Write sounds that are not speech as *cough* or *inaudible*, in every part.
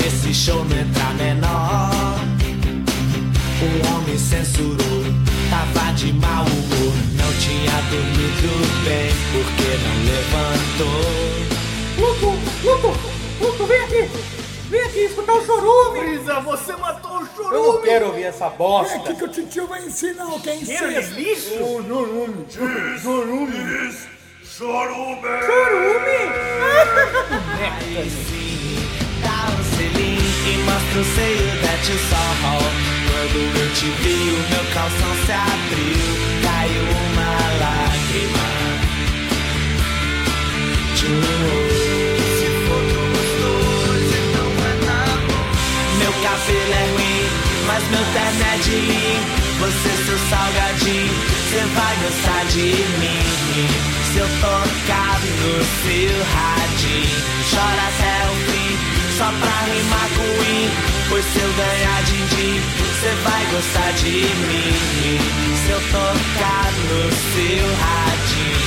Nesse show não entra menor. O homem censurou, tava de mau humor. Não tinha dormido bem, porque não levantou. Luto, Luto, Luto, vem aqui! Vem aqui escutar o chorume! Brisa, você matou o chorume! Eu não quero ouvir essa bosta. É O que, que o titio vai ensinar? O que é ensino? lixo? *laughs* Chorume! Aí sim, dá um selim e mostra o seio da tio Sol. Quando eu te vi, o meu calção se abriu, caiu uma lágrima. um Tio, se for dos dois, então vai dar bom. Meu cabelo é ruim, mas meu terno é de linho. Você seu salgadinho, você vai gostar de mim. Se eu tocar no seu radinho, chora até o fim, só pra rimar com o in. Pois se eu ganhar din-din, você vai gostar de mim. Se eu tocar no seu radinho.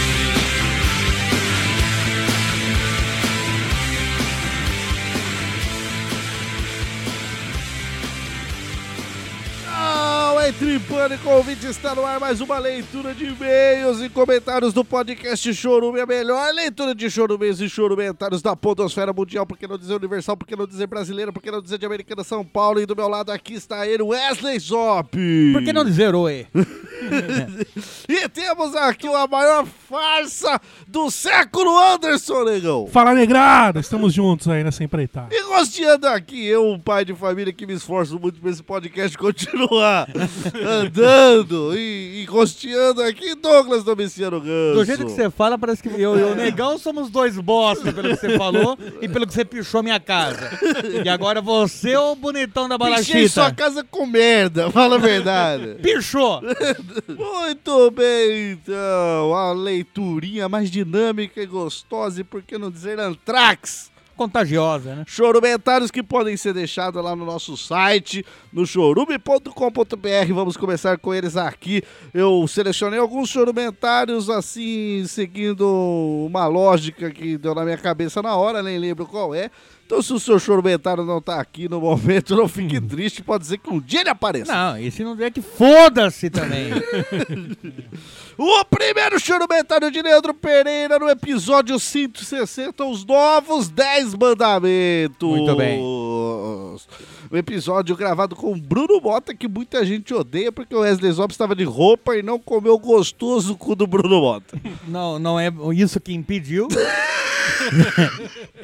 Não, entre em pânico, ouvinte, está no ar mais uma leitura de e-mails e comentários do podcast Chorume, a melhor leitura de chorumes e chorumentários da podosfera mundial, porque não dizer universal, porque não dizer brasileira, porque não dizer de Americana São Paulo, e do meu lado aqui está ele, Wesley Zop. Por que não dizer oi? E temos aqui a maior farsa do século, Anderson Negão. Fala negrada, estamos juntos aí nessa empreitada. E rosteando aqui, eu, um pai de família que me esforço muito pra esse podcast *laughs* continuar andando e, e rosteando aqui, Douglas Domiciano Ganso. Do jeito que você fala, parece que eu e o Negão somos dois bosta, pelo que você falou e pelo que você pichou minha casa. E agora você é o bonitão da Enchei sua balachita. casa com merda, *laughs* fala a verdade. *laughs* Pichou! Muito bem, então, a leiturinha mais dinâmica e gostosa, e por que não dizer Antrax? Contagiosa, né? Chorumentários que podem ser deixados lá no nosso site, no chorume.com.br. Vamos começar com eles aqui. Eu selecionei alguns chorumentários assim, seguindo uma lógica que deu na minha cabeça na hora, nem lembro qual é. Então, se o seu chorumentário não tá aqui no momento, não fique triste, pode ser que um dia ele apareça. Hum. Não, e se não der que foda-se também. O primeiro chorumentário de Leandro Pereira no episódio 160, os novos 10 mandamentos. Muito bem. Um episódio gravado com Bruno Mota, que muita gente odeia, porque o Wesley Zop estava de roupa e não comeu o gostoso cu do Bruno Mota. Não, não é isso que impediu.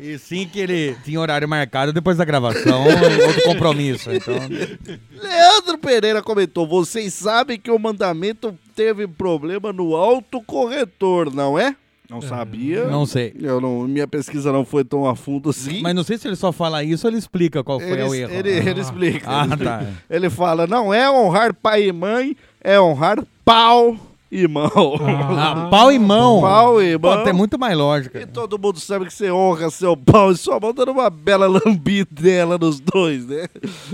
e sim que ele tinha horário marcado depois da gravação, outro compromisso. Então, Leandro Pereira comentou: vocês sabem que o mandamento teve problema no autocorretor, não é? Não sabia. não sei. Eu não, minha pesquisa não foi tão a fundo assim. Mas não sei se ele só fala isso ou ele explica qual foi Ele, o erro. ele- ele explica. Ah, ele, tá. explica. Ele fala: não é honrar pai e mãe, é honrar pau e mão. *laughs* Ah, pau e mão. Pau e Pô, mão. tem muito mais E lógica. todo mundo sabe que você honra seu pau e sua mão dando uma bela lambidela nos dois, né?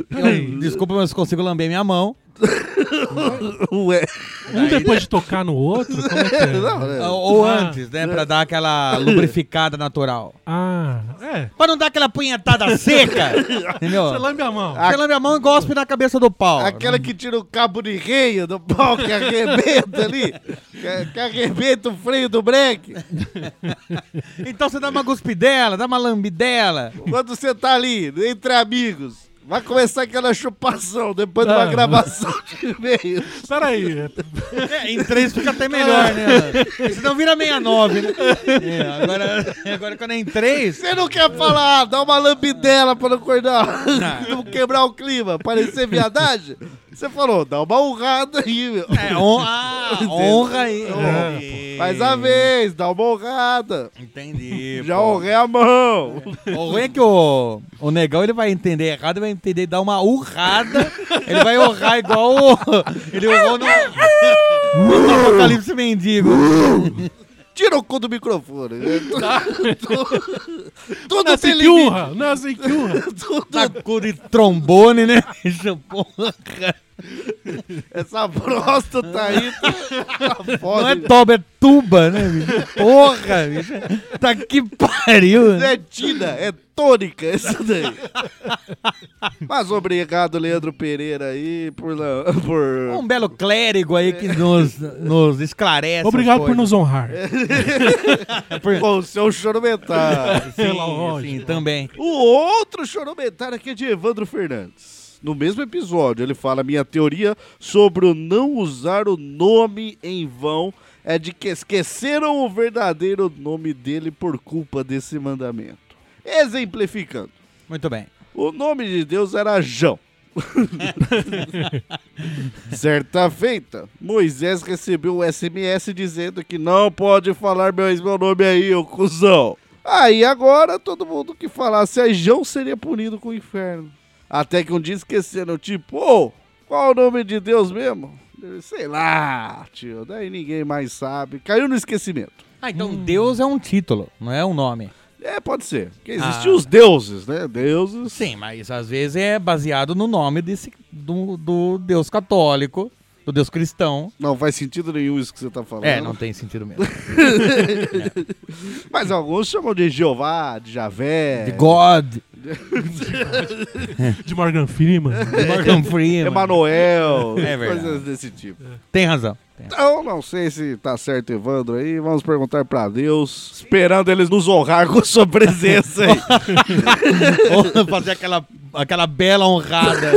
Eu- desculpa, mas consigo lamber minha mão. Ué. Um depois de tocar no outro? Como é que é? é? *laughs* Não, né? Ou Ah. antes, né? Pra dar aquela lubrificada natural. Ah, é. Pra não dar aquela *laughs* punhetada seca. entendeu? Você É, lambe a mão. Você lambe a mão e gospe na cabeça do pau. Aquela que tira o cabo de reia do pau que arrebenta ali, que, que arrebenta o freio do breque. Então você dá uma guspidela, dá uma lambidela. Quando você tá ali, entre amigos, vai começar aquela chupação depois de uma Ah. gravação de meio. Peraí. É, em três fica até melhor, É. né? Senão vira 69, né? É, agora, agora quando é em três, Você não quer ah, *laughs* falar, dá uma lambidela pra não acordar, não quebrar o clima, parecer viadagem? Você falou, dá uma honrada aí, meu. É, hon- ah, honra aí. É, Faz a vez, dá uma honrada. Entendi. Já pô. honrei a mão. O ruim é que o, o negão ele vai entender errado, ele vai entender dar uma urrada, ele vai urrar igual o, ele urrou no, no Apocalipse Mendigo. Tira o cu do microfone. Não é Tudo assim tem que limite. urra, não é assim que urra. Taco um. de trombone, né? bicho? Porra. Essa brosta tá aí. Tá foda. Não é toba, é tuba, né? bicho? Porra, bicho. Tá que pariu. né? Não é tina, é tônica essa daí. Mas obrigado, Leandro Pereira aí, por... la- por... Um belo clérigo aí que nos, nos esclarece. as Obrigado por coisas. nos honrar. Com o seu chorometário. Sim, Pela sim, lógica. também. O outro chorometário aqui é de Evandro Fernandes. No mesmo episódio, ele fala: minha teoria sobre o não usar o nome em vão é de que esqueceram o verdadeiro nome dele por culpa desse mandamento. Exemplificando, Muito bem. o nome de Deus era Jão. *laughs* Certa feita, Moisés recebeu um SMS dizendo que não pode falar meu, meu nome aí, ô cuzão. Aí agora todo mundo que falasse Aijão seria punido com o inferno. Até que um dia esqueceram, tipo, ô, qual o nome de Deus mesmo? Ele, Sei lá, tio, daí ninguém mais sabe. Caiu no esquecimento. Ah, então Hum. Deus é um título, não é um nome. É, pode ser. Porque existiam Ah. os deuses, né? Deuses. Sim, mas às vezes é baseado no nome desse, do, do Deus católico, do Deus cristão. Não faz sentido nenhum isso que você tá falando. É, não tem sentido mesmo. Mas alguns chamam de Jeová, de Javé. De God, De Morgan Freeman. É. de Morgan Freeman. Emanuel, né? É verdade. É. coisas desse tipo. *laughs* Tem razão. tem razão. Então, não sei se tá certo, Evandro, aí. Vamos perguntar pra Deus, esperando eles nos honrar com sua *laughs* presença aí. Ou fazer aquela, aquela bela honrada.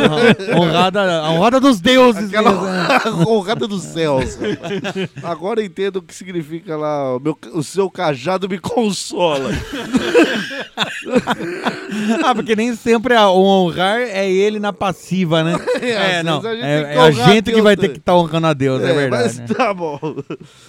*laughs* honrada. A honrada dos deuses. mesmo. né? Aquela honrada dos céus. rapaz. Agora eu entendo o que significa lá, o, meu- o seu cajado me consola. Ah, porque nem sempre a- o honrar é ele na passiva, *laughs* né? às É, não. vezes a gente É, tem que é a honrar gente que Deus vai ter também. que estar honrando a Deus, é, mas verdade. né? tá bom. *laughs*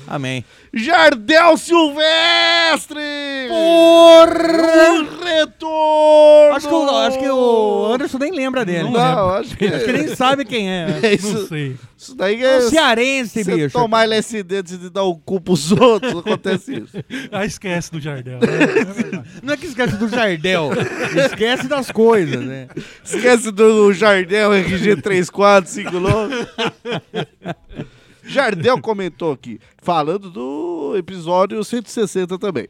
Amém. Jardel Silvestre! Porra! Um retorno! Acho que, o, acho que o Anderson nem lembra dele. Não, acho que... *laughs* Acho que nem sabe quem é. *laughs* é Não isso, sei. isso daí é... É um cearense, Se bicho. tomar LSD antes de dar o cu pros outros, acontece isso. Ah, esquece do Jardel. né? Não é que esquece do Jardel, *laughs* esquece das coisas, né? Esquece do Jardel RG3459. Jardel comentou aqui, falando do episódio 160 também.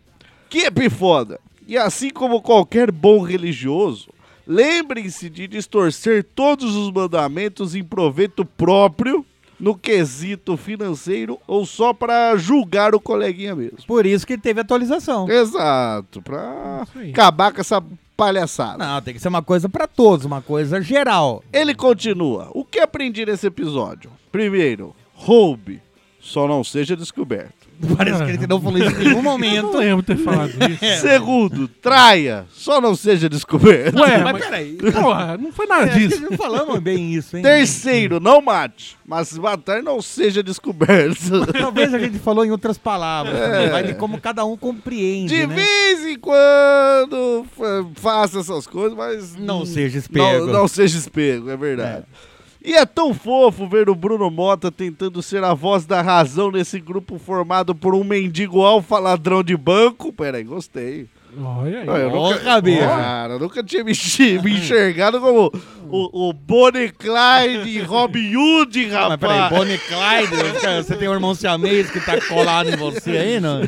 Que epifoda! E assim como qualquer bom religioso, lembrem-se de distorcer todos os mandamentos em proveito próprio no quesito financeiro ou só pra julgar o coleguinha mesmo. Por isso que teve atualização. Exato, pra Isso aí. acabar com essa palhaçada. Não, tem que ser uma coisa pra todos, uma coisa geral. Ele continua. O que aprendi nesse episódio? Primeiro, roube, só não seja descoberto. *laughs* Parece que ele não falou isso em nenhum Eu *laughs* não momento. É. lembro ter falado isso. Segundo, traia, só não seja descoberto. Ué, mas mas- peraí. Porra, não foi nada É, Acho que disso. não falamos bem isso, hein? Terceiro, não mate, mas matar não seja descoberto. Talvez a gente falou em outras palavras. também, Vai de como cada um compreende, De né? vez em quando fa- faça essas coisas, mas Não seja Não, espelho. não seja espelho, é verdade. E é tão fofo ver o Bruno Mota tentando ser a voz da razão nesse grupo formado por um mendigo alfa ladrão de banco. Peraí, gostei. Olha aí. Ah, eu nunca- Porra, bicho. Cara, eu nunca tinha me, enxer- me enxergado como o, o Bonnie Clyde e Robin Hood, rapaz. Mas peraí, *laughs* Bonnie Clyde, cara, você tem o irmão siamês que tá colado em você aí, não?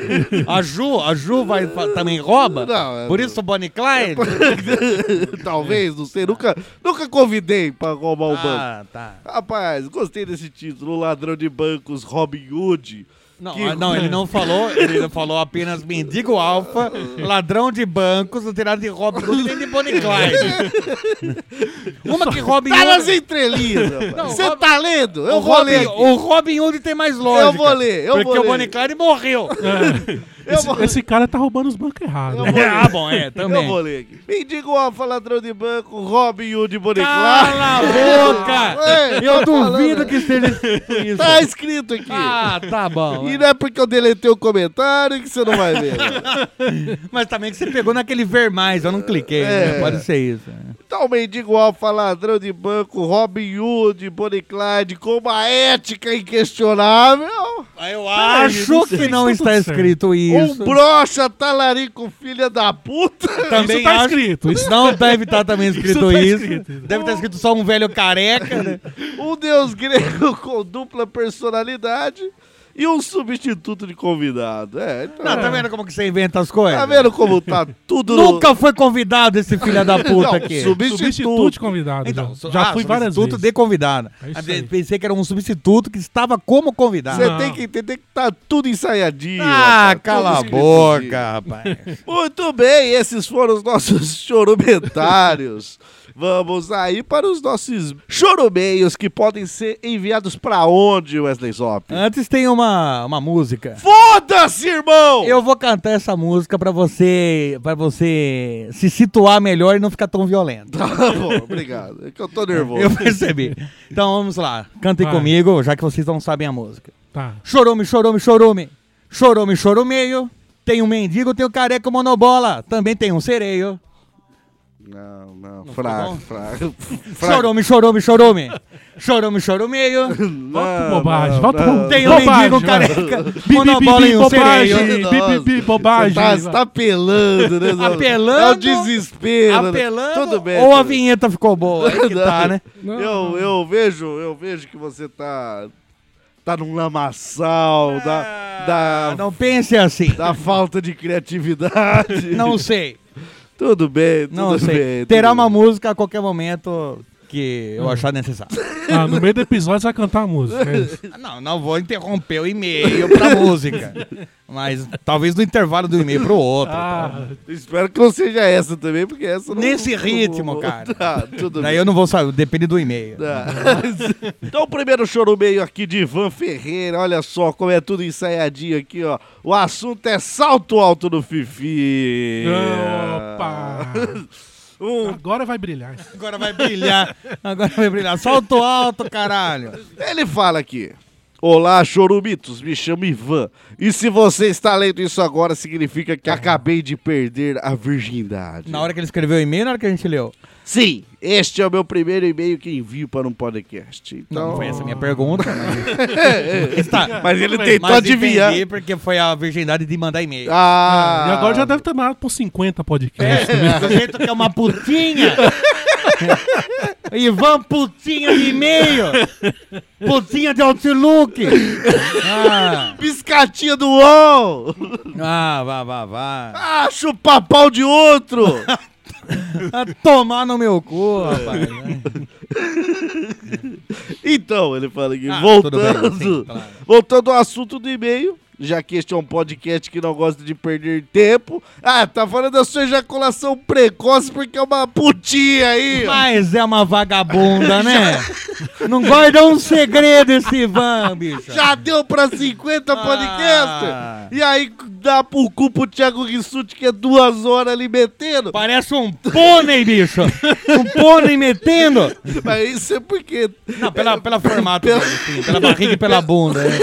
A Ju, a Ju vai, fa- também rouba? Não, é- Por isso o Bonnie Clyde? Ah, *laughs* Talvez, não sei, nunca, nunca convidei pra roubar o banco. Ah, tá. Rapaz, gostei desse título, Ladrão de Bancos Robin Hood. Não, Kiko. ah, não, ele não falou, ele não falou apenas *laughs* mendigo alfa, ladrão de bancos, não tem nada de Robin Hood nem de Bonnie e Clyde. Uma que Robin Tá nas Hood... entrelinhas, Não, rapaz. Você Robin- tá lendo? Eu o, vou ler Robin, aqui. o Robin Hood tem mais lógica. Eu vou ler, eu porque vou o Bonnie ler. É. e Clyde morreu. *laughs* Eu Esse, vou- esse cara tá roubando os bancos errados. Eu vou- ah, bom, é, Eu também. vou ler aqui. Mendigo Alfa, ladrão de banco, Robin Hood, Boniclar. Cala a *laughs* boca! Ué, Eu tá duvido falando, que esteja escrito isso. Tá escrito aqui. Ah, tá bom. E não é porque eu deletei o comentário que você não vai *laughs* ver. Mas também que você pegou naquele ver mais, eu não cliquei. É. né? Pode ser isso. Tal Então, mendigo alfa, ladrão de banco, Robin Hood, Bonnie Clyde, com uma ética inquestionável, Eu Ah, acho que sei, não tá está tudo certo. escrito isso. um broxa talarico, filha da puta. também Isso tá acho- escrito, isso- Não deve estar também escrito tá isso. escrito. Deve estar escrito só um velho careca, né? um deus grego *laughs* com dupla personalidade e um substituto de convidado. É, então, Não, tá vendo como que você inventa as coisas? tá vendo como tá tudo... Nunca foi convidado esse filho da puta Não, aqui. substituto. substituto de convidado. Então, já su- já ah, fui várias substituto vezes. de convidado. É isso Ah, aí. Pensei que era um substituto que estava como convidado. Você Não. tem que entender que tá tudo ensaiadinho. Ah, rapaz, tudo cala a escrito aqui. boca, rapaz. Muito bem, esses foram os nossos *laughs* chorumentários. Vamos aí para os nossos chorumeios que podem ser enviados pra onde, Wesley Zop? Antes tem uma, uma música. Foda-se, irmão! Eu vou cantar essa música pra você, para você se situar melhor e não ficar tão *laughs* violento. Tá bom, obrigado. É que eu tô nervoso. Eu percebi. Então vamos lá. Cantem Vai. comigo, já que vocês não sabem a música. Tá. Chorume, chorume, chorume. Chorume, chorumeio. Tem um mendigo, tem o careca monobola. Também tem um sereio. Não, não, tá bom? fraco, fraco. fraco. Chorume, chorume, chorume. *laughs* Chorume, chorumeio. Volta Não, Ah, bobagem, não, volta não. bobagem. Tem um mendigo, um né? vai. *laughs* careca. Bi, bi, bi, Monobola bi, e um sereio. bobagem, bi, bi, bi, Você bobagem. tá, você tá apelando, né? Zop? Apelando, É o desespero. né? Apelando Tudo bem. ou a tudo bem. vinheta ficou boa. Aí que *laughs* tá, né? Não, eu, eu vejo, eu vejo que você tá tá num lamaçal da da, Ah, Não pense assim. da falta de criatividade. Não sei. Tudo bem, tudo Não sei. bem. Terá tudo uma bem. música a qualquer momento que eu achar necessário. Ah, no meio do episódio você vai cantar a música. é isso. *laughs* não, não vou interromper o e-mail pra música. Mas talvez no intervalo do e-mail pro outro. Ah, Espero que não seja essa também, porque essa não Nesse não- ritmo, não- cara. Tá, tudo Daí bem. eu não vou saber, depende do e-mail. Tá. *laughs* então, o primeiro choro meio aqui de Ivan Ferreira. Olha só como é tudo ensaiadinho aqui, ó. O assunto é salto alto no Fifi. Opa! Um Agora vai brilhar. Agora vai brilhar. Agora vai brilhar. Salto alto, caralho. Ele fala aqui. Olá, chorumitos, me chamo Ivan. E se você está lendo isso agora, significa que acabei de perder a virgindade. Na hora que ele escreveu o e-mail, na hora que a gente leu. Sim, este é o meu primeiro e-mail que envio para um podcast. Não, Então, não foi essa a minha pergunta, mas. Está. Mas ele tentou *laughs* Mas adivinhar. entendi porque foi a virgindade de mandar e-mail. Ah, E agora já deve ter mandado por 50 podcasts. É, do jeito que é uma putinha. Ivan putinha de e-mail. Putinha de Outlook. Ah, piscatinha do UOL! ah, vá, vá, vá. Ah, chupa pau de *laughs* outro! Ah, Tomar no meu cu, rapaz. então, ele fala aqui, Ah, voltando. tudo bem, sim, claro. Voltando ao assunto do e-mail, já que este é um podcast que não gosta de perder tempo. Ah, tá falando da sua ejaculação precoce porque é uma putinha aí. ó. Mas é uma vagabunda, né? Não guarda um segredo esse Ivan, bicho. Já deu pra 50 Ah. podcasts? E aí dá pro cu pro Thiago Rissuti que é duas horas ali metendo? Parece um pônei, bicho. Um pônei metendo. Mas isso é porque... *laughs* Não, pela, pela formato dele, sim. Pela barriga e pela bunda. né?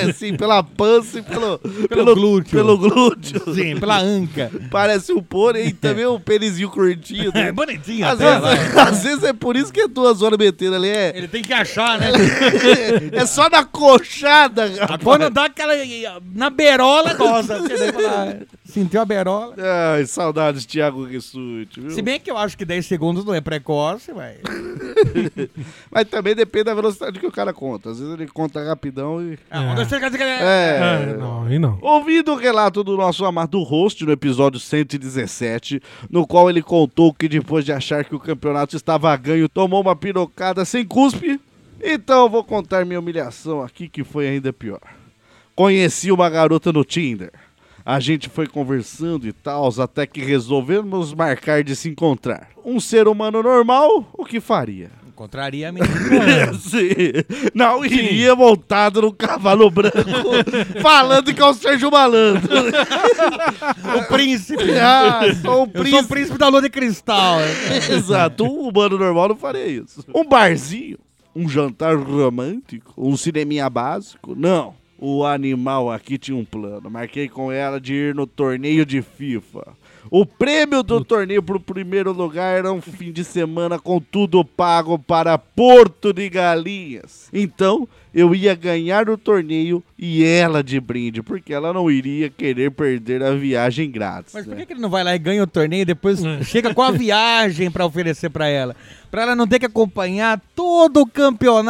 é assim, pela pança e pelo... Pelo, glúteo. Pelo glúteo. Sim, pela anca. Parece um pônei e *laughs* também um pênisinho curtinho. É, né? bonitinho Às até, vai. vezes, às vezes é por isso que é duas horas metendo ali. É, Ele tem que achar, né? *laughs* é só na coxada, rapaz. Quando dá aquela. Na berola, goza. Porque daí fala, Sentiu a berola. Ai, saudades, Thiago Rissuti, viu? Se bem que eu acho que 10 segundos não é precoce, mas. Mas também depende da velocidade que o cara conta. Às vezes ele conta rapidão e. Ah, quando você- É. É, não, aí não. Ouvindo o relato do nosso amado host no episódio 117, no qual ele contou que depois de achar que o campeonato estava a ganho, tomou uma pirocada sem cuspe. Então eu vou contar minha humilhação aqui, que foi ainda pior. Conheci uma garota no Tinder. A gente foi conversando e tal, até que resolvemos marcar de se encontrar. Um ser humano normal, o que faria? Encontraria a *laughs* menina. Sim. Não iria montado num cavalo branco, falando que é o Sérgio Malandro. É, o príncipe. Ah, *laughs* sou o Eu sou o príncipe. príncipe da lua de cristal. Exato, um humano normal não faria isso. Um barzinho, um jantar romântico, um cineminha básico, não. O animal aqui tinha um plano. Marquei com ela de ir no torneio de FIFA. O prêmio do torneio pro primeiro lugar era um fim de semana com tudo pago para Porto de Galinhas. Então, eu ia ganhar o torneio e ela de brinde, porque ela não iria querer perder a viagem grátis. Mas por né? que, que ele não vai lá e ganha o torneio e depois chega com a viagem pra oferecer pra ela? Pra ela não ter que acompanhar todo o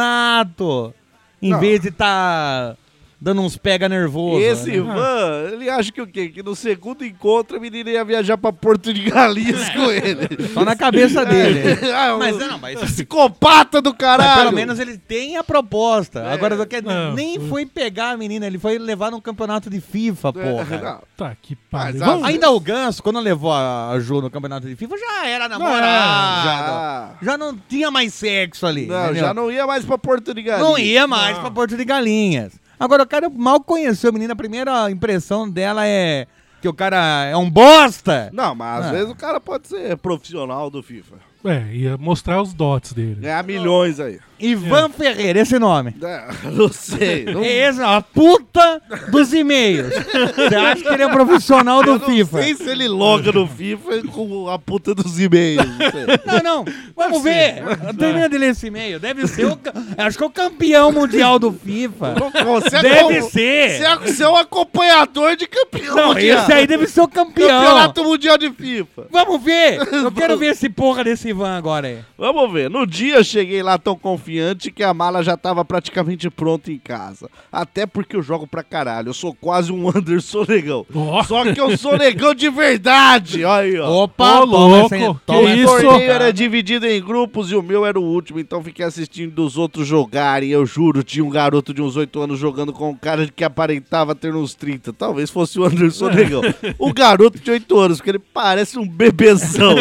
campeonato. Em vez de tá dando uns pega nervoso. Esse né? Ivan, ele acha que o quê? Que no segundo encontro a menina ia viajar pra Porto de Galinhas com ele. Só na cabeça É. *laughs* dele. Ah, mas o não, mas, Psicopata do mas caralho! pelo menos ele tem a proposta. É. Agora só que Não. nem foi pegar a menina, ele foi levar num campeonato de FIFA, porra. É, Não, Tá que Mas pariu. a- Vamos- Ainda o Ganso, quando levou a a Ju no campeonato de FIFA, já era namorada. já, Já Ah, não tinha mais sexo ali. não, entendeu? já não ia mais pra Porto de Galinhas. Não ia mais pra Porto de Galinhas. Agora, o cara mal conheceu a menina, a primeira impressão dela é que o cara é um bosta. Não, mas às Ah. vezes o cara pode ser profissional do FIFA. É, ia mostrar os dots dele. Ganhar milhões aí. Ivan Ferreira, esse nome. É, Não *laughs* *laughs* sei. É. Não, É esse, a puta dos e-mails. *laughs* Você acha que ele é profissional do FIFA? sei se ele loga no FIFA com a puta dos e-mails. não sei. *laughs* Não, não. Vamos ver. Termina de ler esse e-mail. Deve ser o. ca- Acho que é o campeão mundial do FIFA. Você é Deve como- ser. Você é, você é um acompanhador de campeão. Não, mundial. esse aí deve ser o campeão. Campeonato Mundial de FIFA. Vamos ver. Eu quero ver esse porra desse Ivan agora aí. Vamos ver. No dia eu cheguei lá tão confiante que a mala já tava praticamente pronta em casa. Até porque eu jogo pra caralho. Eu sou quase um *laughs* Anderson Negão. Ó. Só que eu sou negão de verdade. Olha aí, ó. Opa, Ô, toma louco, essa- que toma O essa- isso? torneio cara. era dividido em grupos e o meu era o último, então fiquei assistindo os outros jogarem. Eu juro, tinha um garoto de uns 8 anos jogando com um cara que aparentava ter uns 30. Talvez fosse o *laughs* Anderson Negão. O garoto de 8 anos, porque ele parece um bebezão.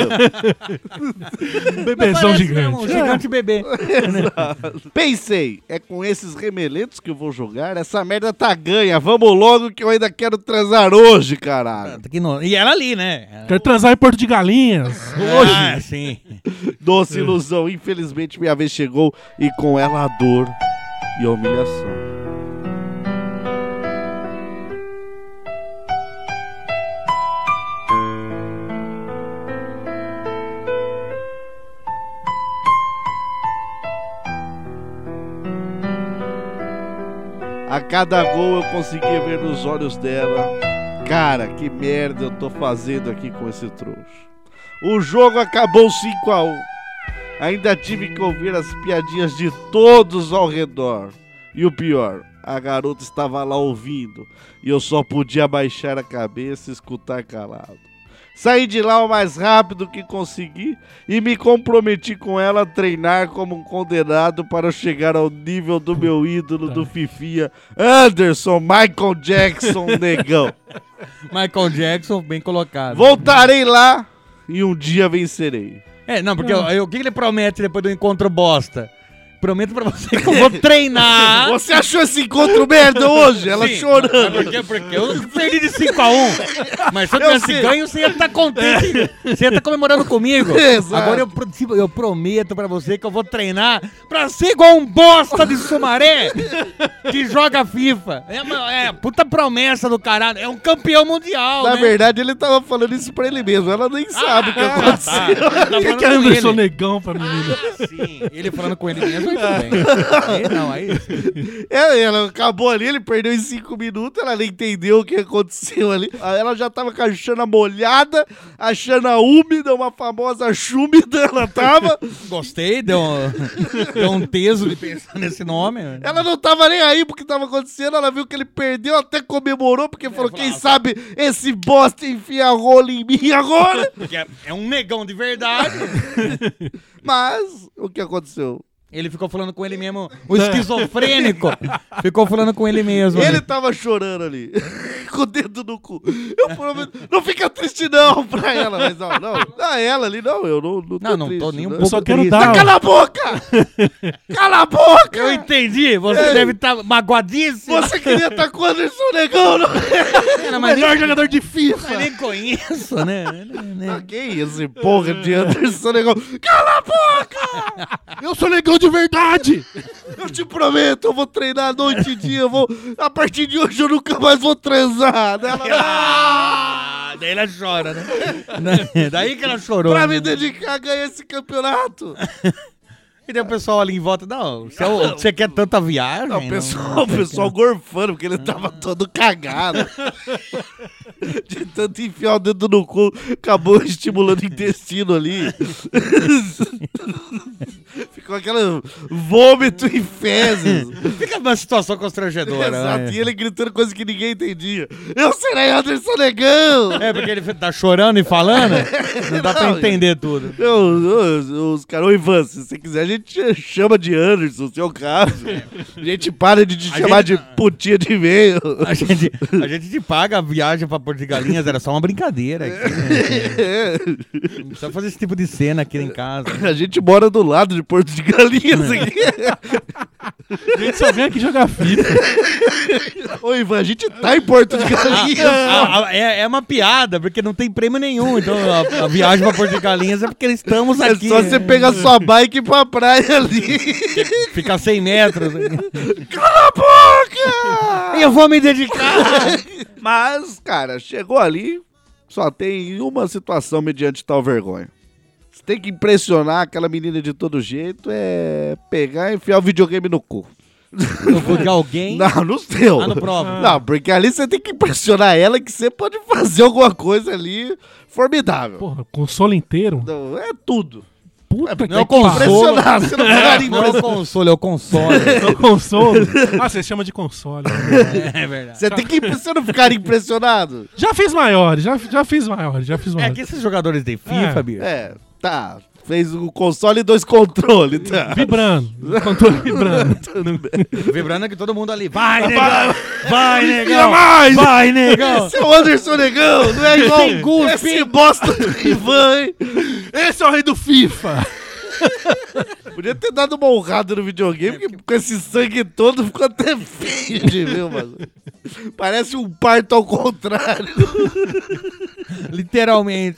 Um Mas bebezão parece gigante. mesmo, um gigante *laughs* bebê. Pensei, é com esses remeletos que eu vou jogar? Essa merda tá ganha. Vamos logo que eu ainda quero transar hoje, caralho. Que no- E ela ali, né? É. Quero transar em Porto de Galinhas. Hoje. Ah, sim. *laughs* Doce ilusão. Infelizmente, minha vez chegou e com ela a dor e a humilhação. A cada gol eu conseguia ver nos olhos dela. Cara, que merda eu tô fazendo aqui com esse trouxa. O jogo acabou 5 a 1 Ainda tive que ouvir as piadinhas de todos ao redor. E o pior, a garota estava lá ouvindo e eu só podia baixar a cabeça e escutar calado. Saí de lá o mais rápido que consegui e me comprometi com ela a treinar como um condenado para chegar ao nível do meu ídolo do Fifia, Anderson Michael Jackson Negão. Michael Jackson, bem colocado. Voltarei lá e um dia vencerei. É, não, porque eu- eu- o que ele promete depois do encontro bosta? Prometo pra você que eu *laughs* vou treinar. Você achou esse encontro merda hoje? Ela Ah, Sim, chorando. mas Por quê? Porque eu perdi de 5x1. Mas se eu Eu tivesse sei. ganho, você ia estar contente. Você ia estar comemorando comigo. *laughs* Exato. Agora eu, pro- tipo, eu prometo pra você que eu vou treinar pra ser igual um bosta de Sumaré que joga FIFA. É, uma- é, puta promessa do caralho. É um campeão mundial. Na né? verdade, ele tava falando isso pra ele mesmo. Ela nem sabe o que Ah, aconteceu. *laughs* tá. Tá falando Que que com é Anderson ele. Negão pra menina? Sim, ele falando com ele Ah. mesmo, aí tudo bem. Aí não, aí. Ela, É, ela acabou ali, ele perdeu em cinco minutos, ela nem entendeu o que aconteceu ali. Aí Ela já tava com a chana molhada, a chana úmida, uma famosa chúmida *laughs* ela tava. Gostei, deu um, deu um teso de pensar nesse nome. né? Ela não tava nem aí porque tava acontecendo, ela viu que ele perdeu, até comemorou, porque falou, "Ah, quem sabe esse bosta enfia rolo em mim *laughs* agora. Porque é, é um negão de verdade. Mas, o que aconteceu? Ele ficou falando com ele mesmo, o *laughs* esquizofrênico. ficou falando com ele mesmo. Ele né? tava chorando ali, *laughs* com o dedo no cu. Eu prometo, não fica triste não *laughs* pra ela, mas não, não. Não, ela ali, não, eu não, não tô Não, não triste, tô nem um né? pouco só quero triste. dar- Cala a boca! Cala a boca! Eu entendi, você deve estar magoadíssimo. Você queria estar com o Anderson Negão, não Cara, mas nem, jogador de mas FIFA! nem conheço, né? né? Tá, Que isso, porra de Anderson Negão? Cala a boca! Eu sou negão de verdade! Eu te prometo, eu vou treinar noite e dia, eu vou... A partir de hoje eu nunca mais vou transar! né? Ah, daí ela chora, né? Né? Daí que ela chorou. Pra né? me dedicar a ganhar esse campeonato! E daí o pessoal ali em volta, não, você, é o- você quer tanta viagem? Não, o pessoal, *laughs* o pessoal gorfando, porque ele tava todo cagado. *laughs* De tanto enfiar o dedo no cu, acabou estimulando o intestino ali. *laughs* Ficou aquele vômito e fezes. Fica uma situação constrangedora. né? Exato, e ele gritando coisa que ninguém entendia. Eu serei Anderson Negão! É, porque ele tá chorando e falando, não dá pra Não, entender tudo. Os, os, os caras, ô Ivan, se você quiser, a gente te chama de Anderson, se é o caso. A gente para de te chamar de putinha de meio. A gente, a gente te paga a viagem pra Porto de Galinhas, era só uma brincadeira aqui, né? Não precisa fazer esse tipo de cena aqui em casa. É. *laughs* A gente mora do lado de Porto de Galinhas É. aqui. A gente só vem aqui jogar FIFA. Ô, Ivan, a gente tá em Porto de Galinhas. *laughs* A- a- é, é uma piada, porque não tem prêmio nenhum. Então a, a viagem pra Porto de Galinhas é porque estamos É aqui. só você pegar sua bike e ir pra praia *laughs* ali. Ficar 100 metros. Cala a boca! *laughs* Eu vou me dedicar. Mas, cara, chegou ali, só tem uma situação mediante tal vergonha. Você tem que impressionar aquela menina de todo jeito, é pegar e enfiar o videogame no cu. Eu vou de alguém. Não, no seu. Ah, no próprio. Não, porque ali você tem que impressionar ela que você pode fazer alguma coisa ali formidável. Porra, console inteiro? Não, é tudo. Puta que Não é o Ah, pariu. console. Impressionar, você *laughs* não pode Não é o console, é o console. É o console. Ah, você chama de console. *laughs* É verdade. Você tem que você não ficar impressionado. Já fiz maior, já, já fiz maior, já fiz É maior. que esses jogadores de FIFA, É. bicho. É, tá. Fez um console e dois controles, *laughs* tá? Vibrando, controle *laughs* vibrando. Tudo bem. Vibrando que todo mundo ali. Vai, negão! Vai, negão! mais! Vai, negão! Esse é o Anderson Negão, não é igual Sem cuspe, esse hein? bosta do *laughs* Ivan, hein? Esse é o rei do FIFA. Podia ter dado uma honrada no videogame, porque com esse sangue todo ficou até feio de ver, mano. Parece um parto ao contrário. Literalmente.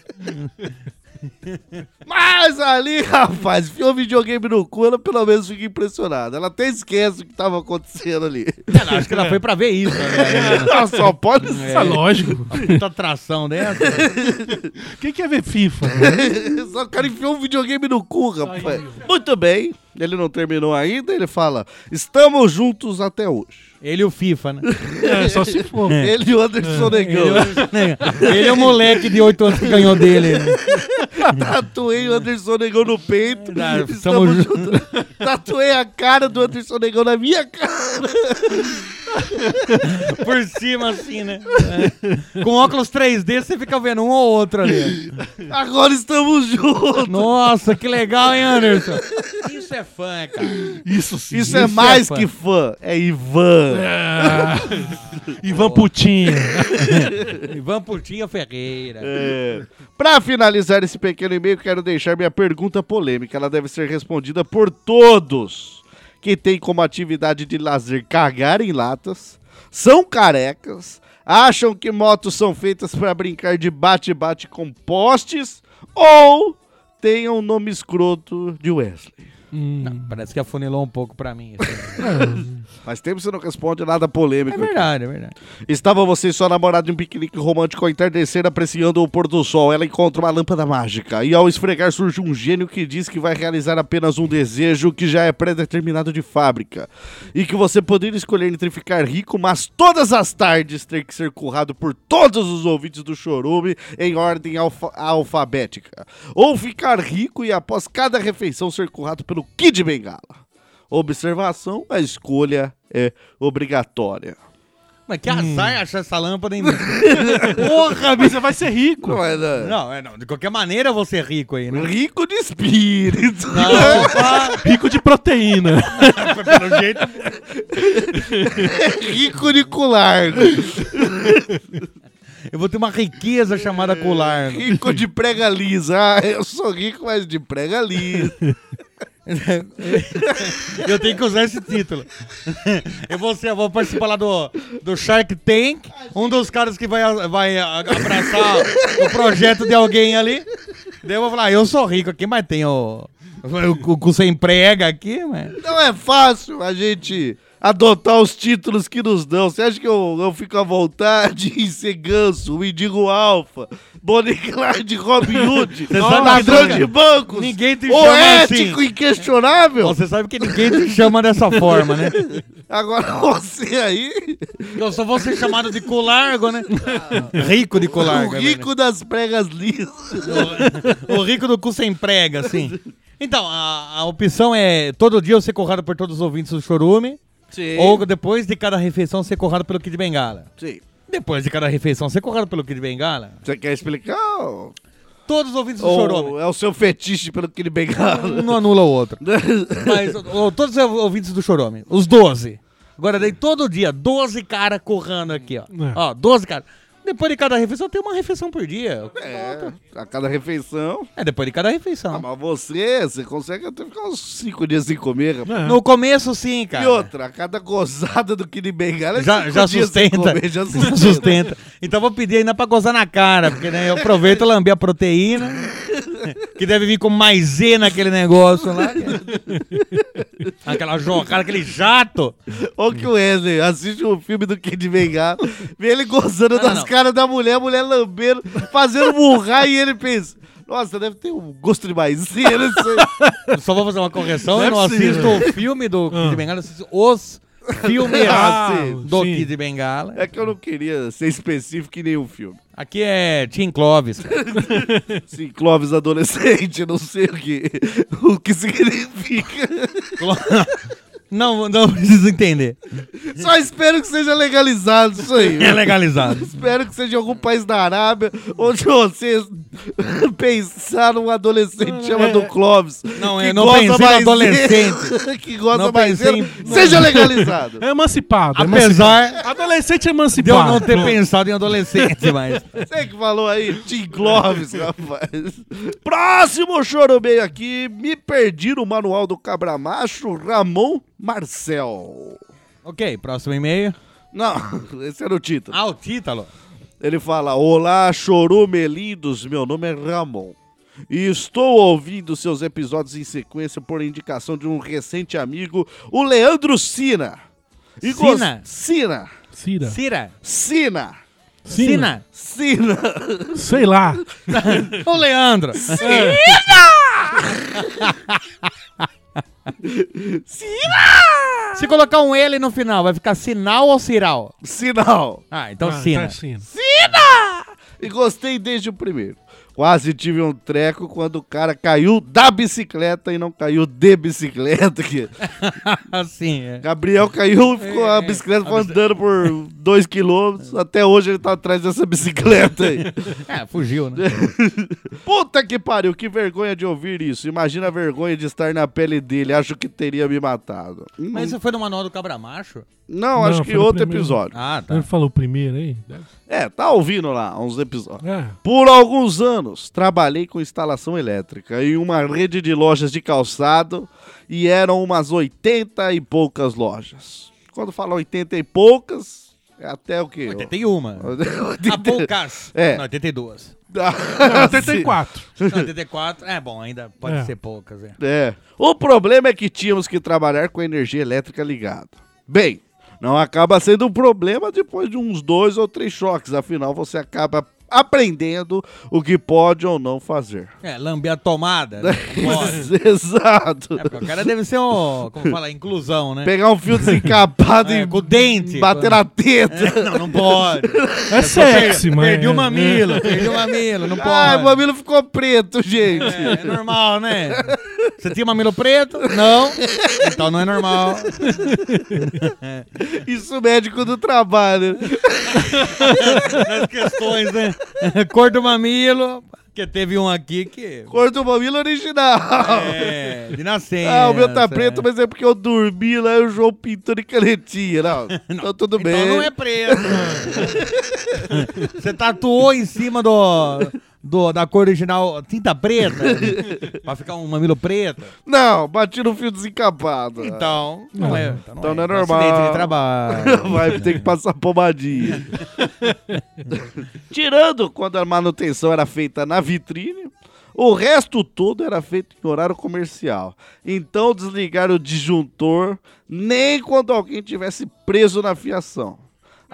Mas ali, rapaz, enfiou o videogame no cu, ela pelo menos fica impressionada. Ela até esquece o que tava acontecendo ali. Ela, acho que ela foi pra ver isso, né? Ela só pode É lógico. Tanta atração dessa. Quem quer é ver FIFA? Só o cara enfiou um videogame no cu, rapaz. Muito bem. Ele não terminou ainda, ele fala: Estamos juntos até hoje. Ele e o FIFA, né? É, só se for. Ele e o Anderson Negão. Ele é o moleque de 8 anos que ganhou dele. né? Tatuei o Anderson Negão no peito. Tá, Estamos tamo juntos. Tatuei a cara do Anderson Negão na minha cara. Por cima, assim, né? É. Com óculos 3D, você fica vendo um ou outro ali. Agora estamos juntos. Nossa, que legal, hein, Anderson? Isso é fã, cara. Isso sim. Isso é Isso é mais fã. que fã. É Ivan. Ah, Ivan Putinha. Ivan Putinha Ferreira. É. Pra finalizar esse pequeno e-mail, quero deixar minha pergunta polêmica. Ela deve ser respondida por todos que têm como atividade de lazer cagar em latas, são carecas, acham que motos são feitas pra brincar de bate-bate com postes ou tenham nome escroto de Wesley. Parece que afunilou um pouco pra mim. assim. Faz tempo que você não responde nada polêmico. É aqui. verdade, é verdade. Estava você e sua namorada em um piquenique romântico ao entardecer apreciando o pôr do sol. Ela encontra uma lâmpada mágica e ao esfregar surge um gênio que diz que vai realizar apenas um desejo que já é pré-determinado de fábrica e que você poderia escolher entre ficar rico, mas todas as tardes ter que ser currado por todos os ouvintes do chorume em ordem alfa- alfabética. Ou ficar rico e após cada refeição ser currado pelo Kid Bengala. Observação, a escolha é obrigatória. Mas que azar achar essa lâmpada, hein? meu? Porra, bicho. Você vai ser rico. Não, é, não. Não, é, não, de qualquer maneira eu vou ser rico *laughs* aí, né? Rico de *laughs* espírito. Não, opa, Rico de proteína. pelo jeito. Rico de colar. Eu vou ter uma riqueza chamada colar. né? Rico de prega lisa. Ah, eu sou rico, mas de prega lisa. Eu tenho que usar esse título. Eu vou, ser, eu vou participar lá do, do Shark Tank, um dos caras que vai, a- vai a- abraçar o projeto de alguém ali. Daí eu vou falar, eu sou rico aqui, mas tenho o cu- cu sem prega aqui, mas... Não é fácil a gente adotar os títulos que nos dão. Você acha que eu, eu fico à vontade em ser ganso, mendigo alfa, Bonnie Clyde, Robin *laughs* Hood, sabe ladrão que- de bancos, Ninguém te ou chama ético assim. inquestionável? Você sabe que ninguém te chama dessa forma, né? Agora você aí, Eu só vou ser chamado de colargo, né? Rico de o colargo. é verdade. rico das pregas lisas. O rico do cu sem prega, assim. Então, a, a opção é todo dia eu ser corrado por todos os ouvintes do Chorume. Sim. Ou depois de cada refeição ser corrado pelo Kid Bengala. Sim. Depois de cada refeição ser corrado pelo Kid Bengala. Você quer explicar? Ou, Todos os ouvintes do ou Chorume. é o seu fetiche pelo que ele bengala? Um não anula o *laughs* outro. Mas ou, todos os ouvintes do Chorome. Os 12. Agora dei todo dia, 12 caras correndo aqui, ó. É. Ó, 12 caras. Depois de cada refeição, tem uma refeição por dia. É, a cada refeição. É, depois de cada Ah, refeição. mas você, você consegue até ficar uns cinco dias sem comer, rapaz. É. No começo, sim, cara. E outra, a cada gozada do Kid Bengala é já, cinco já dias sem sustenta. comer, *laughs* já já sustenta. sustenta. Então vou pedir ainda pra gozar na cara, porque né, eu aproveito e lambi a proteína, que deve vir com maisena aquele *laughs* negócio lá. que- Aquela jogada, aquele jato. Ou que o Wesley assiste um filme do Kid Bengala, vê ele gozando Não, não, das não. caras da mulher, a mulher lambendo, fazendo murrar, e ele pensa... Nossa, deve ter um gosto de maisena, não *laughs* sei. Eu Só vou fazer uma correção, eu Não não é né? assisto possível. o filme do Kid Bengala, eu assisto os filmes Ah, sim, do sim. Kid Bengala. É que eu não queria ser específico em nenhum filme. Aqui é Tim Clovis. cara. *laughs* Sim, Clóvis adolescente, eu não sei o que, *laughs* o que significa. Clo- Não, não preciso entender. Só espero que seja legalizado isso aí. É legalizado. Espero que seja em algum país da Arábia onde vocês *laughs* pensaram um adolescente chamado Clóvis. Não, que eu não goza pensei no maisena- adolescente. *laughs* que gosta Não mais. pensei em- Seja legalizado. É emancipado. é Apesar emancipado. Adolescente é de eu emancipado. não ter Pronto. pensado em adolescente, mas... Você que falou aí, Tim Clóvis, *laughs* rapaz. Próximo choro meio aqui. Me perdi no manual do Cabra Macho, Ramon Marcel. Ok, próximo e-mail. Não, *laughs* esse era o título. Ah, o título. Ele fala: Olá, chorume lindos, meu nome é Ramon. E estou ouvindo seus episódios em sequência por indicação de um recente amigo, o Leandro Sina. E gos- Sina? Sina. Cira. Cira. Sina. Cina. Cina. Sina. *laughs* Sei lá. Então, Ô, Leandro. *laughs* Se colocar um L no final, vai ficar sinal ou ciral? Sinal. Ah, então Ah, Cina. tá, Cina. E gostei desde o primeiro. Quase tive um treco quando o cara caiu da bicicleta e não caiu de bicicleta. *laughs* que- Assim, é. Gabriel caiu, ficou a bicicleta foi andando por dois quilômetros. Até hoje ele tá atrás dessa bicicleta aí. É, fugiu, né? Puta que pariu, que vergonha de ouvir isso. Imagina a vergonha de estar na pele dele. Acho que teria me matado. Hum, Mas isso foi no Manual do Cabra Macho? Não, Não, acho foi que no outro primeiro. episódio. Ah, tá. Ele falou primeiro aí. É, tá ouvindo lá uns episódios. É. Por alguns anos, trabalhei com instalação elétrica em uma rede de lojas de calçado e eram umas 80 e poucas lojas. Quando fala 80 e poucas, é até o quê? *laughs* 81. A 80. Ah, poucas. É. Não, 82. *laughs* Não, 84. Não, 84. É bom, ainda pode É. ser poucas, é. É. O problema é que tínhamos que trabalhar com energia elétrica ligada. Bem, não acaba sendo um problema depois de uns dois ou três choques, afinal você acaba aprendendo o que pode ou não fazer. É, lamber a tomada. né? *laughs* Pode. *laughs* Exato. É, porque o cara deve ser um, como fala, inclusão, né? Pegar um fio desencapado *laughs* É, e com o dente. bater na teta. É, não, não *laughs* pode. É sexy, é mano. Perdi o É. mamilo, perdi o mamilo, não É, *laughs* pode. Ai, o mamilo ficou preto, gente. É, é normal, né? Você tinha mamilo preto? Não. Então não *laughs* é normal. É. Isso médico do *laughs* trabalho. As questões, né? Cor do mamilo, que teve um aqui que... Cor do mamilo original. É, de nascença. Ah, o meu tá preto, mas é porque eu dormi lá e o João pintou de canetinha. Não, então tudo bem. Então não é preto. Você tatuou em cima do, do- da cor original tinta preta pra ficar um mamilo preto. Não, bati no fio desencapado. Então não é, então Então não é Acidente normal. de *laughs* trabalho. Vai ter que passar pomadinha. *laughs* Tirando quando a manutenção era feita na vitrine, o resto todo era feito em horário comercial. Então desligar o disjuntor nem quando alguém tivesse preso na fiação.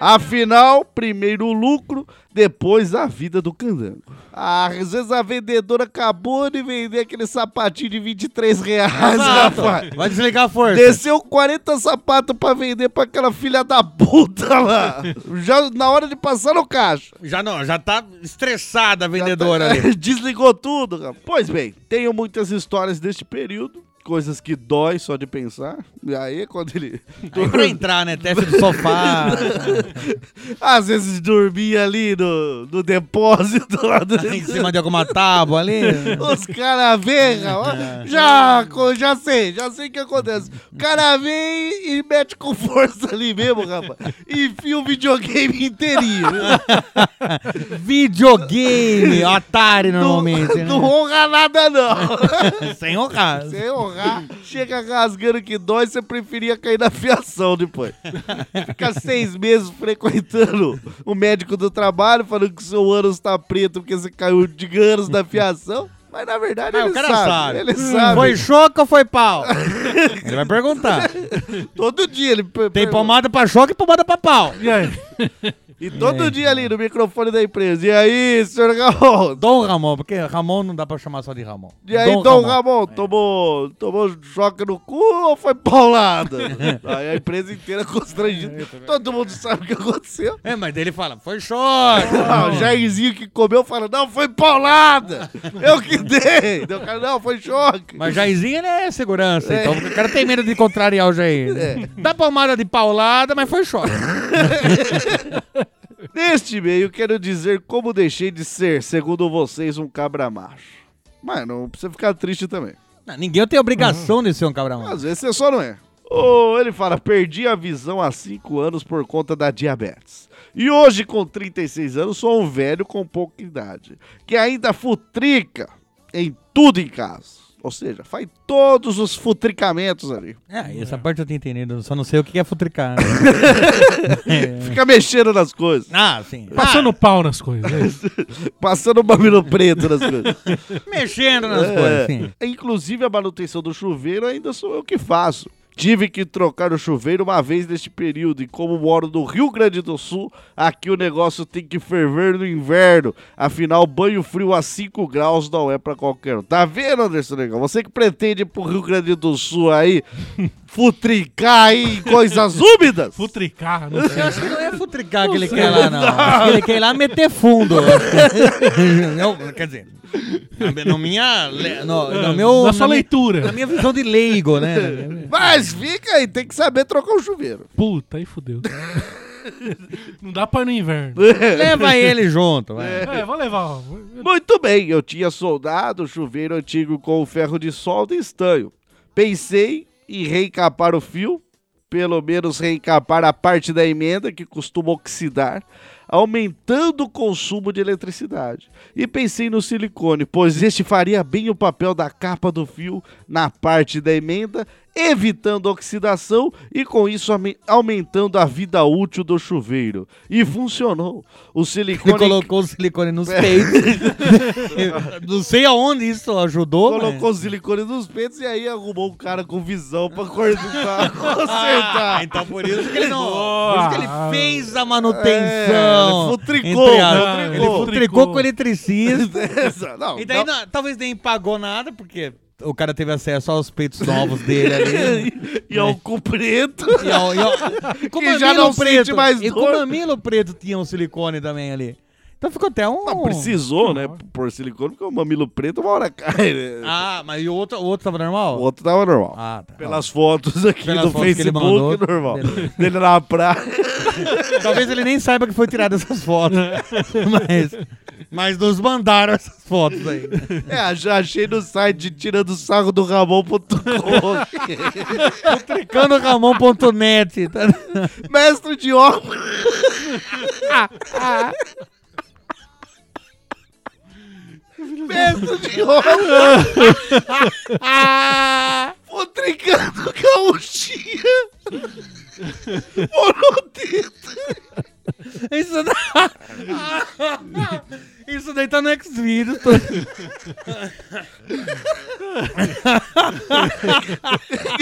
Afinal, primeiro o lucro, depois a vida do candango. Ah, às vezes a vendedora acabou de vender aquele sapatinho de 23 reais, rapaz. Vai desligar a força. Desceu 40 sapatos pra vender pra aquela filha da puta lá. Já na hora de passar no caixa. Já não, já tá estressada a vendedora tá *laughs* ali. Desligou tudo, cara. Pois bem, tenho muitas histórias deste período. Coisas que dói só de pensar. E aí, quando ele. Aí pra entrar, né? Teste *laughs* do sofá. Às vezes dormia ali no, no depósito lá do. em cima de alguma tábua ali. Os caras vêm, É. rapaz. já, co- já sei, já sei o que acontece. O cara vem e mete com força ali mesmo, rapaz. Enfia o videogame *laughs* inteirinho. Videogame, Atari Não, normalmente. né? não honra nada, não. *laughs* Sem honrar. Você honrar, chega rasgando que dói, você preferia cair na fiação depois. Fica seis meses frequentando o médico do trabalho, falando que seu ânus tá preto porque você caiu de ganos na fiação. Mas na verdade Ah, ele o cara sabe, sabe. Ele Hum, sabe. Foi choque ou *laughs* foi pau? Ele vai perguntar. Todo dia ele. per- Tem per- pomada pra choque e pomada pra pau. E aí? E todo dia ali no microfone da empresa. E aí, senhor Ramon? Dom Ramon, porque Ramon não dá pra chamar só de Ramon. E aí, Dom, Ramon, tomou, tomou choque no cu ou foi paulada? aí a empresa inteira constrangida. Todo mundo sabe o que aconteceu. É, mas daí ele fala, foi choque. Ah, o Jairzinho que comeu fala, não, foi paulada! Eu que dei! Daí o cara, não, foi choque! Mas Jairzinho ele é segurança, então o cara tem medo de contrariar o Jair. É. Dá pomada de paulada, mas foi choque. Neste meio, quero dizer como deixei de ser, segundo vocês, um cabra macho. Mas não precisa ficar triste também. Não, ninguém tem obrigação de ser um cabrão. Às vezes você só não é. Ou ele fala, perdi a visão há 5 anos por conta da diabetes. E hoje, com 36 anos, sou um velho com pouca idade, que ainda futrica em tudo em casa. Ou seja, faz todos os futricamentos ali. É, essa parte eu tenho entendido, eu só não sei o que é futricar. Fica mexendo nas coisas. ah, sim. Passando pau nas coisas. é isso. Passando o mamilo preto nas coisas. Ah, mexendo nas coisas, sim. É. Inclusive a manutenção do chuveiro ainda sou eu que faço. Tive que trocar o chuveiro uma vez neste período e como moro no Rio Grande do Sul, aqui o negócio tem que ferver no inverno. Afinal, banho frio a 5 graus não é pra qualquer um. Tá vendo, Anderson Negão? Você que pretende ir pro Rio Grande do Sul *laughs* aí, futricar aí em coisas úmidas. Futricar, não sei. Eu acho que não é futricar que ele quer lá, não. Acho que ele quer ir lá meter fundo. *laughs* Eu- quer dizer, na, na minha. le- No, no meu, Ah, Na sua minha- leitura. na minha visão de leigo, né? Mas fica aí, tem que saber trocar o chuveiro. Puta, aí *laughs* fudeu. não dá pra ir no inverno. Leva ele junto, vai. É, vou levar. ó. Muito bem, eu tinha soldado o chuveiro antigo com o ferro de solda e estanho. Pensei em reencapar o fio, pelo menos reencapar a parte da emenda que costuma oxidar, aumentando o consumo de eletricidade. E pensei no silicone, pois este faria bem o papel da capa do fio na parte da emenda, evitando a oxidação e com isso aumen- aumentando a vida útil do chuveiro. E funcionou. *laughs* O Ele silicone colocou o silicone nos *laughs* peitos. não sei aonde isso ajudou. mas- Colocou os silicone nos peitos e aí arrumou um cara com visão pra cortar, Ah, *laughs* consertar. então por isso que ele não. Boa. Por isso que É, ele fez a manutenção. não. ele futricou, Entre aspas. futricou. Ele futricou com o *laughs* eletricista. Essa- não, E daí, não. não- talvez nem pagou nada, porque o cara teve acesso aos peitos novos dele ali. E é o cu preto. *laughs* E, ao, e, ao, e com Que já não mamilo preto. sente mais e com dor. mamilo preto tinha um silicone também ali. Então ficou até um. Não, precisou, né? Por silicone, porque o mamilo preto uma hora cai, né? Ah, mas e o outro, o outro tava normal? O outro tava normal. Ah, tá. Pelas fotos aqui Pelas do fotos que ele Facebook, mandou. normal. Beleza. Dele na praia. *laughs* Talvez ele nem saiba que foi tirado essas *laughs* fotos. mas, mas nos mandaram essas fotos aí. É, já achei no site de tirando sarro do *laughs* Ramon.com. Candoramon.net. Tá? Mestre de obra. Mestre de obra. Putricando gauchinha. Monoteta. Isso, da- Isso daí tá no Xvideos. Tô...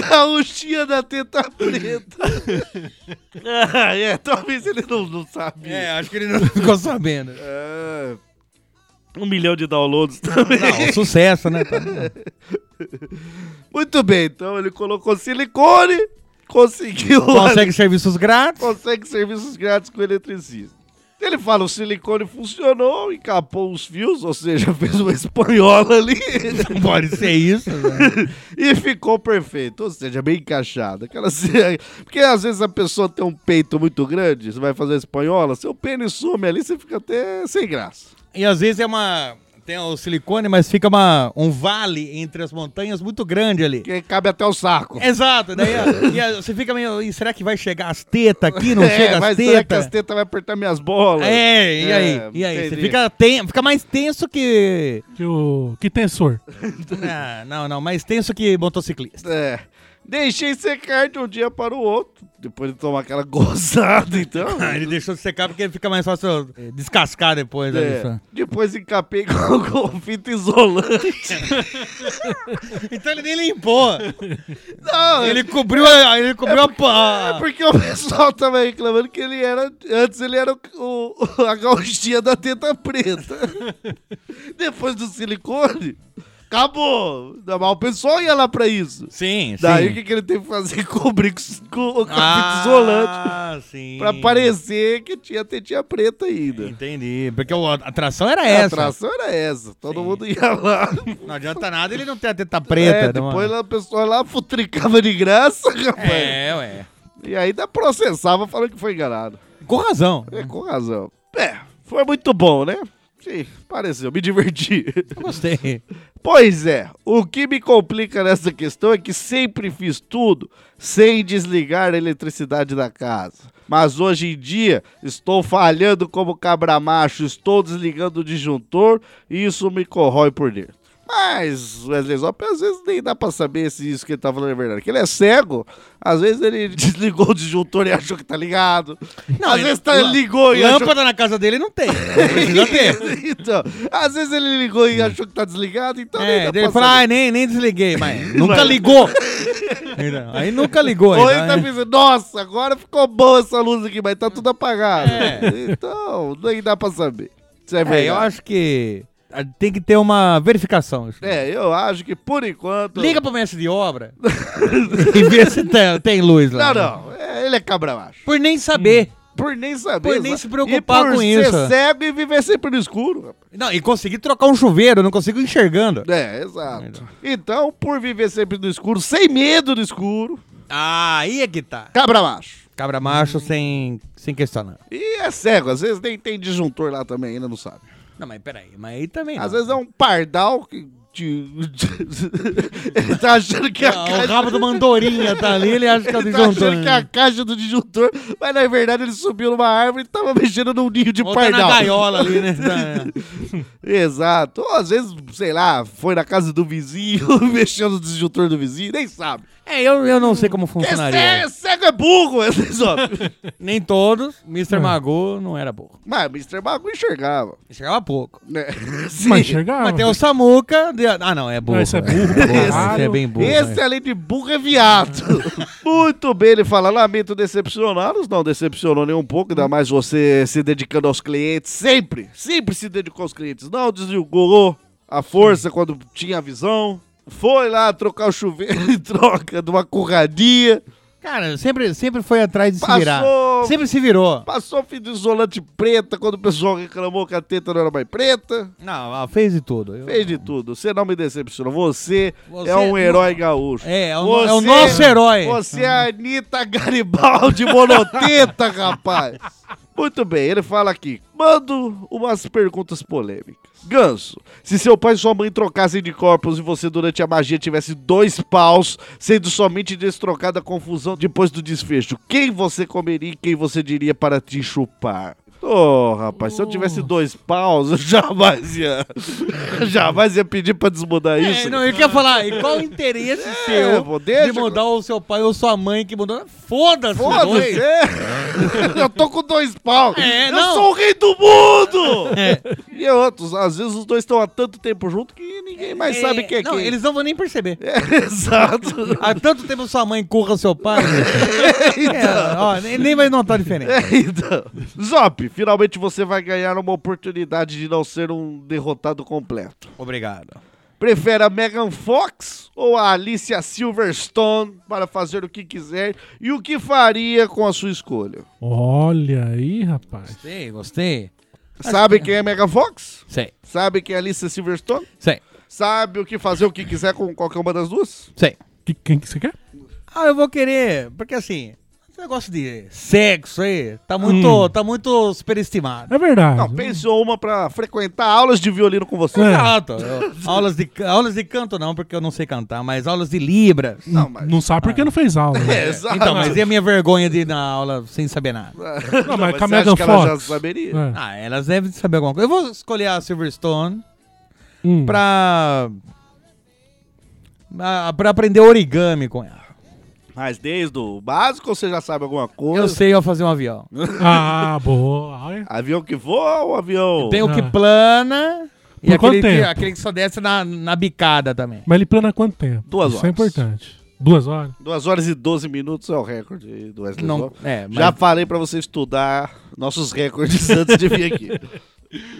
Gauchinha da teta preta. Ah, é, talvez ele não, não sabia. É, acho que ele não ficou sabendo. É. Um milhão de downloads também. *laughs* Não, sucesso, né? Tá- Muito bem, então ele colocou silicone, conseguiu. Consegue serviços grátis. consegue serviços grátis com eletricista. Ele fala, o silicone funcionou, encapou os fios, ou seja, *laughs* fez uma espanhola ali *laughs* Pode ser isso. né? e ficou perfeito, ou seja, bem encaixado. Aquela... *laughs* cena- Porque às vezes a pessoa tem um peito muito grande, você vai fazer a espanhola, seu pênis some ali, você fica até sem graça. E às vezes é uma. Tem o silicone, mas fica uma, um vale entre as montanhas muito grande ali. Porque cabe até o É, saco. Exato, *laughs* daí ó, e, ó, você fica meio. "Ih, será que vai chegar as tetas aqui? Não É, chega as mas será que tetas? as tetas vai apertar minhas bolas? É, e aí? É, e aí? Você entendi. fica, ten- fica mais tenso que. *laughs* Que, o... que tensor. Ah, não, não, mais tenso que *laughs* motociclista. É. Deixei secar de um dia para o outro. Depois de tomar aquela *laughs* gozada, então. Ah, Ele deixou de secar porque fica mais fácil eh, descascar depois. né, ali, É. só. Depois encapei com, *laughs* com fita isolante. *laughs* Então ele nem *laughs* limpou. Não, Ele cobriu a. Ele cobriu a. ah, é pá. porque o pessoal tava reclamando que ele era. Antes ele era o, o- *laughs* a gauchinha da teta *laughs* preta. Depois do silicone, acabou. Mas o pessoal ia lá pra isso. Sim, sim. Daí o que, que ele teve que fazer? *laughs* Cobrir com, com, com a ah, fita isolante. sim. Pra parecer que tinha tetinha preta ainda. Entendi. Porque o- a atração era A É essa. atração era essa. Todo mundo ia lá. Não adianta nada ele não ter a teta é, preta. né, não- depois lá, a pessoa lá futricava de graça, *laughs* rapaz. É, ué. E ainda processava falando que foi enganado. Com razão. É, com razão. É, foi muito bom, né? Sim, pareceu, me diverti. *laughs* Eu gostei. pois é, o que me complica nessa questão é que sempre fiz tudo sem desligar a eletricidade da casa. Mas hoje em dia estou falhando como cabra macho, estou desligando o disjuntor e isso me corrói por dentro. Mas Wesley Zop às vezes nem dá pra saber se isso que ele tá falando é verdade. Porque ele é cego, às vezes ele *laughs* desligou o disjuntor e achou que tá ligado. às ele- vezes tá, lã- ligou e achou Lâmpada na casa dele não tem. *laughs* Precisa ter. então, às vezes ele ligou e achou que tá desligado, então nem Hum. É, dá daí ele pra fala, saber. ah, nem, nem desliguei, mas nunca ligou. Então, Aí nunca ligou. Ou aí, ele tá né? pensando, nossa, agora ficou boa essa luz aqui, mas tá tudo apagado. É. Então, nem dá pra saber. Isso é É, verdade. eu acho que ah, tem que ter uma verificação. acho. É, eu acho que por enquanto... Liga pro mestre *laughs* de obra e vê se tem, tem luz lá. Não, não, é, ele é cabra macho. Por nem saber. Por nem saber. Por nem exato. se preocupar e por com ser isso. né? cego e viver sempre no escuro. rapaz. Não, e conseguir trocar um chuveiro, não consigo enxergando. É, exato. Então, por viver sempre no escuro, sem medo do escuro, Ah, aí é que tá. cabra macho. Cabra macho sem, sem questionar. E é cego, às vezes nem tem disjuntor lá também, ainda não sabe. Não, mas peraí, mas aí também. Às não. vezes é um pardal que. te- *laughs* ele tá achando que a Ah, caixa. O rabo do mandorinha tá ali, ele acha que é o ele tá disjuntor. achando que é a caixa do disjuntor, mas na verdade ele subiu numa árvore e tava mexendo num ninho de Ou tá na pardal. *laughs* gaiola ali, né? Tá- *laughs* Exato. Ou às vezes, sei lá, foi na casa do vizinho, mexendo no disjuntor do vizinho, nem sabe. É, eu, eu não sei como Porque funcionaria. cego, cego é burro, *laughs* esses homens. Nem todos. Mr. Hum. Magoo não era burro. Mas o Mr. Bagulho enxergava. Chegava pouco. Né? Sim. Mas enxergava. Mas tem é o Samuca. de- Ah, não, é burro. Não, esse é burro pra *laughs* Esse caralho. é bem burro. Esse, né? além de burro, é viado. *laughs* Muito bem, ele fala: lamento decepcioná-los. Não decepcionou nem um pouco, ainda mais você se dedicando aos clientes. Sempre, sempre se dedicou aos clientes. Não desligou a força quando tinha a visão. Foi lá trocar o chuveiro *laughs* em troca de uma curradinha. Cara, sempre, sempre foi atrás de se é- Passou- virar. Sempre se virou. Passou fio de isolante preta quando o pessoal reclamou que a teta não era mais preta. Não, ah, fez de tudo. Eu- Fez de tudo. Você não me decepcionou. Você, Você é um não- herói gaúcho. É, é o no- é o nosso herói. Você é a Anitta Garibaldi monoteta, *laughs* rapaz. Muito bem, ele fala aqui. Mando umas perguntas polêmicas. Ganso, se seu pai e sua mãe trocassem de corpos e você durante a magia tivesse dois paus, sendo somente destrocada a confusão depois do desfecho, quem você comeria e quem você diria para te chupar? Ô, rapaz, se eu tivesse dois paus, *laughs* eu jamais ia. *laughs* jamais ia pedir pra desmudar isso. É, não, eu queria falar, e qual o interesse *laughs* seu É, pô, deixa, de mudar o seu pai ou sua mãe que mudou? Foda-se, Foda-se! dois. é- *laughs* Eu tô com dois pau! É, eu não. É. sou o rei do mundo! E outros, às vezes os dois estão há tanto tempo junto que ninguém mais sabe quem é não, quem. eles não vão nem perceber. *laughs* É, exato. Há tanto tempo sua mãe curra seu pai. é, ó, nem, nem vai notar a diferença. É, então. Zop, finalmente você vai ganhar uma oportunidade de não ser um derrotado completo. Obrigado. Prefere a Megan Fox ou a Alicia Silverstone para fazer o que quiser e o que faria com a sua escolha? Olha aí, rapaz. Gostei, gostei. Sabe quem é a Megan Fox? Sei, Sabe quem é a Alicia Silverstone? sei, sabe o que fazer, o que quiser com qualquer uma das duas. sei. Que, quem que você quer? Ah, eu vou querer, porque assim, esse negócio de sexo aí tá muito, tá muito superestimado. É verdade. Uhum. Não, pensou uma pra frequentar aulas de violino com você. É. Exato. Eu- aulas, de, ca- aulas de canto não, porque eu não sei cantar, mas aulas de libras. Não, mas... Não sabe porque não fez aula. *laughs* É, né? exato. Então, mas e a minha vergonha de ir na aula sem saber nada? Não, mas Mas com a você acha Megan que ela já Fox. saberia? É. Ah, elas devem saber alguma coisa. Eu vou escolher a Silverstone Hum. pra... a- pra aprender origami com ela. Mas desde o básico você já sabe alguma coisa? Eu sei eu fazer um avião. Ah, boa. Olha. Avião que voa ou avião... Tem o que Ah. plana e Por quanto aquele que, tempo? aquele que só desce na, na bicada também. Mas ele plana quanto tempo? Duas Isso é horas. importante. Duas horas? 2 horas e 12 minutos é o recorde do Wesley Não, Zop. é, mas, Já falei pra você estudar nossos recordes *laughs* antes de vir aqui.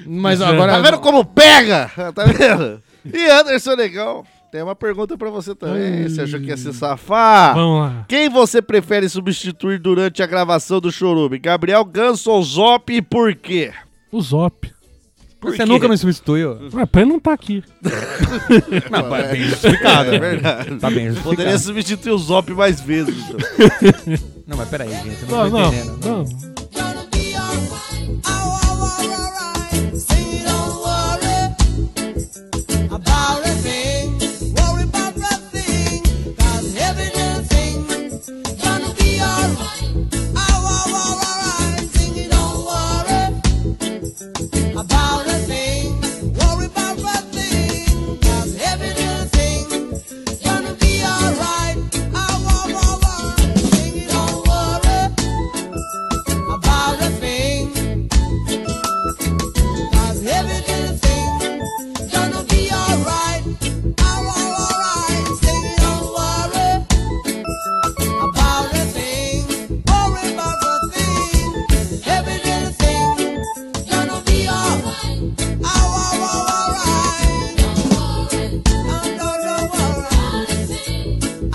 mas Já- agora. Tá vendo como pega? *laughs* Tá vendo? E Anderson Negão, tem uma pergunta pra você também. Você achou que ia se safar? Vamos lá. Quem você prefere substituir durante a gravação do Chorume? Gabriel Ganso ou Zop e por quê? O Zop. Você nunca me substituiu. Ah, pra ele não tá aqui. Não, é bem justificado. É verdade. *laughs* Tá bem justificado. Poderia substituir o Zop mais vezes. então. Não, mas peraí, gente. eu Não, Tá Não, tô não, entendendo. não. né? Gonna be alright. Oh, oh, oh, alright. See, don't worry about a thing. Worry about nothing. 'Cause every little thing's gonna be alright. Oh, oh, oh, alright. See, don't worry about a thing. Worry about nothing. 'Cause every little thing's gonna be alright. Oh, oh, oh, alright. See, don't worry about a thing. Cause every little thing's gonna be alright. Alright, alright. Sing it, don't worry about a thing. Worry about a thing. Every little thing's gonna be alright. Oh, oh, oh, alright. Oh, no, no, alright.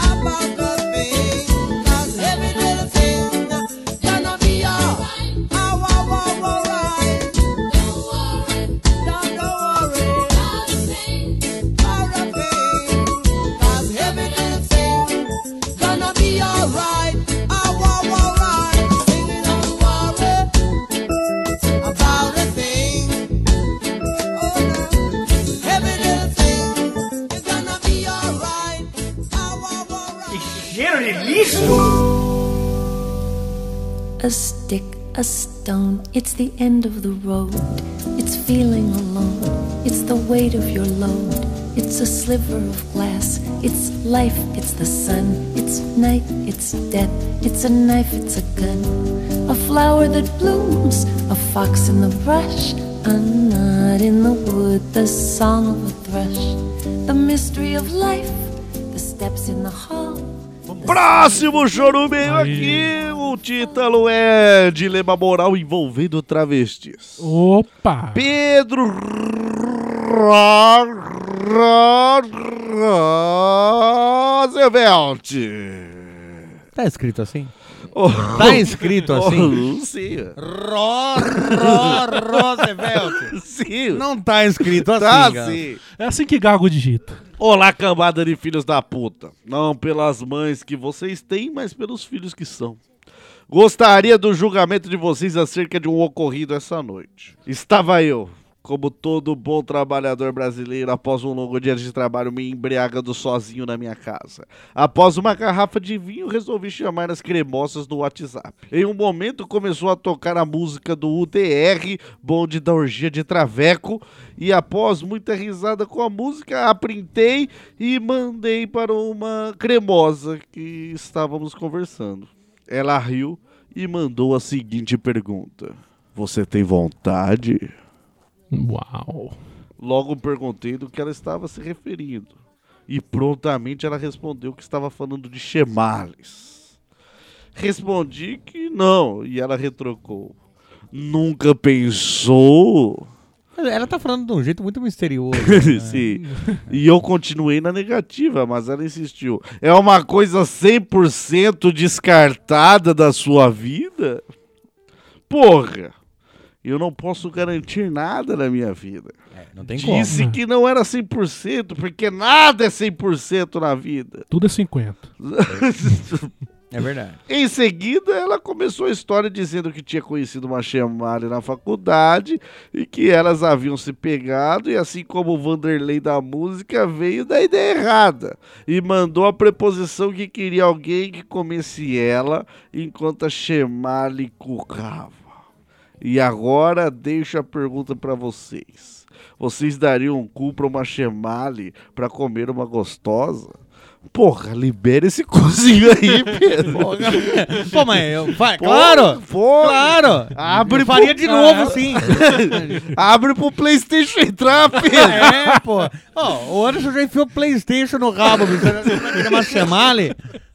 About the thing. Cause every little thing's gonna be alright. Oh, oh, oh, alright. Don't worry about a thing. Cause every little thing's gonna be alright. Oh, oh, alright. Sing it, don't worry about a thing. Oh, no. Every little thing is gonna be alright. Oh, oh, alright. Cheiro de lixo! A stick, a stone, it's the end of the road. It's feeling alone, it's the weight of your load. It's a sliver of glass. It's life, it's the sun. It's night, it's death. It's a knife, it's a gun. A flower that blooms, a fox in the brush, a nut in the wood, the song of a thrush. The mystery of life, the steps in the hall. Próximo chorumeio aqui, o título é Dilema Moral envolvendo travestis. Opa! Pedro Ro- Ro- Ro- Roosevelt. Tá escrito assim? Oh. Tá escrito assim? Oh, sim. Ró, ró, Roosevelt. Sim. Não tá escrito assim, Tá cara. sim. É assim que Gago digita. Olá, cambada de filhos da puta. Não pelas mães que vocês têm, mas pelos filhos que são. Gostaria do julgamento de vocês acerca de um ocorrido essa noite. Estava eu, como todo bom trabalhador brasileiro, após um longo dia de trabalho, me embriagando sozinho na minha casa. Após uma garrafa de vinho, resolvi chamar as cremosas do WhatsApp. Em um momento, começou a tocar a música do UDR, bonde da orgia de traveco, e após muita risada com a música, a printei e mandei para uma cremosa que estávamos conversando. Ela riu e mandou a seguinte pergunta: Você tem vontade? Uau. Logo perguntei do que ela estava se referindo. E prontamente ela respondeu que estava falando de chemales. Respondi que não, e ela retrocou. Nunca pensou? Mas Ela tá falando de um jeito muito misterioso. Sim. E eu continuei na negativa, mas ela insistiu. É uma coisa 100% descartada da sua vida? Porra! Eu não posso garantir nada na minha vida. Não tem como. Disse que não era 100%, porque nada é 100% na vida. Tudo é 50. É verdade. Em seguida, ela começou a história dizendo que tinha conhecido uma chamada na faculdade e que elas haviam se pegado, e assim como o Vanderlei da música, veio da ideia errada e mandou a preposição que queria alguém que comesse ela enquanto a Chemale cucava. E agora deixo a pergunta pra vocês. Vocês dariam um cu pra uma Chemale pra comer uma gostosa? Porra, libera esse cozinho aí, *laughs* Pedro. Pô, mas eu. Vai, Pô, claro! pô. Claro! Abre Eu faria pro- É. de novo, assim. sim. *laughs* Abre pro Playstation entrar, *laughs* Pedro. É, pô. Ó, o Anderson já enfiou o Playstation no rabo, bicho. Você vai querer uma chamale?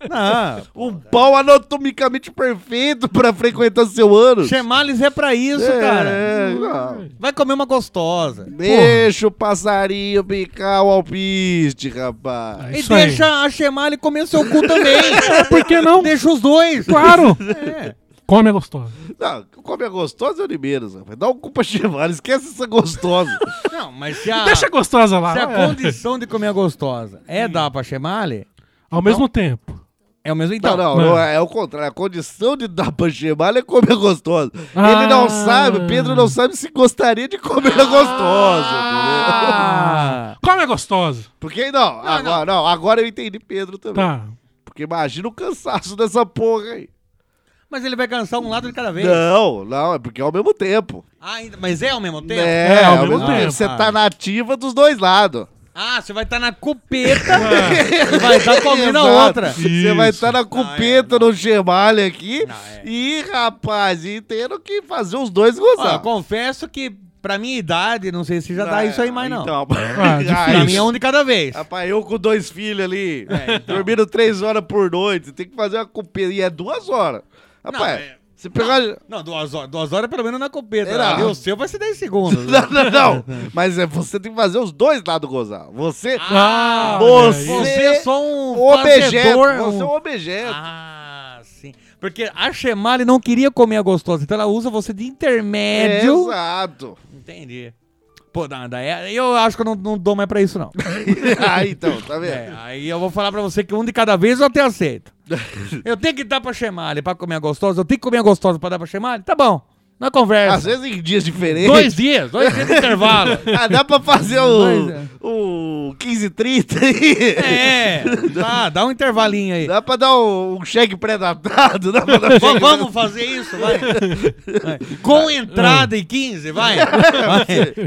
Não. Um pau anatomicamente perfeito pra frequentar seu ano. Chamales é pra isso, cara. É, não. Vai comer uma gostosa. Deixa o passarinho picar o alpiste, rapaz. E É Isso aí. deixa a Chemale comer seu cu também. *laughs* Por que não? deixa os dois. Claro! É. Come é gostosa. Não, come a gostosa é o de menos, rapaz. Dá um cu pra Chevalier, esquece essa *laughs* gostosa. Não, mas se a, Deixa a gostosa lá. se a É. condição de comer a gostosa é dar pra Chemale, Ao mesmo tempo. é o mesmo então. não, não, não. não, é o contrário. A condição de dar pra Chevalier é comer a gostosa. Ah. Ele não sabe, Pedro não sabe se gostaria de comer a gostosa, entendeu? Ah. Come é gostosa. Porque não, agora, não. agora eu entendi Pedro também. Tá. Porque imagina o cansaço dessa porra aí. Mas ele vai cansar um lado de cada vez. Não, não, é porque é ao mesmo tempo. Ah, ainda- mas é ao mesmo tempo? É, É, ao mesmo, tempo. Você Ah. tá na ativa dos dois lados. Ah, você vai estar na copeta e vai estar comendo a *laughs* Exato. outra. Você vai estar na Não, cupeta é, não. no gemalho aqui. Não, é. E, rapaz, e tendo que fazer os dois Ó, gozar. eu confesso que pra minha idade, não sei se já dá isso aí mais não. Então, pra *laughs* rapaz, mim é um É, então. de cada vez. rapaz, eu com dois filhos ali, dormindo três horas por noite, tem que fazer uma cupeta. E é duas horas. Rapaz, é- você pegar. Não, duas horas, duas horas é pelo menos na copeta. Era. Ali O seu vai ser 10 segundos. *laughs* né? *laughs* Não, não, não. Mas é, você tem que fazer os dois lados gozar. Você. Ah, Você- você é só um objeto. fazedor, Você é um- um objeto. Ah, sim. Porque a Chemale não queria comer a gostosa, então ela usa você de intermédio. Exato. *laughs* Entendi. Pô, nada, é- eu acho que eu não, não dou mais pra isso, não. ah, então, tá vendo? É, aí eu vou falar pra você que um de cada vez eu *laughs* até aceito. Eu tenho que dar pra Chemale pra comer a gostosa, eu tenho que comer a gostosa pra dar pra Chemale? Tá bom, na Às conversa. vezes em dias diferentes. Dois dias, dois dias *laughs* de intervalo. Ah, dá pra fazer um, o. Dois, é. O 1530 aí. É, tá, dá um intervalinho aí. Dá pra dar um, um cheque pré-datado. Dá pra dar um *laughs* Vamos- cheque vamos fazer isso, *laughs* vai. Vai. Com entrada e 15, vai. Vai.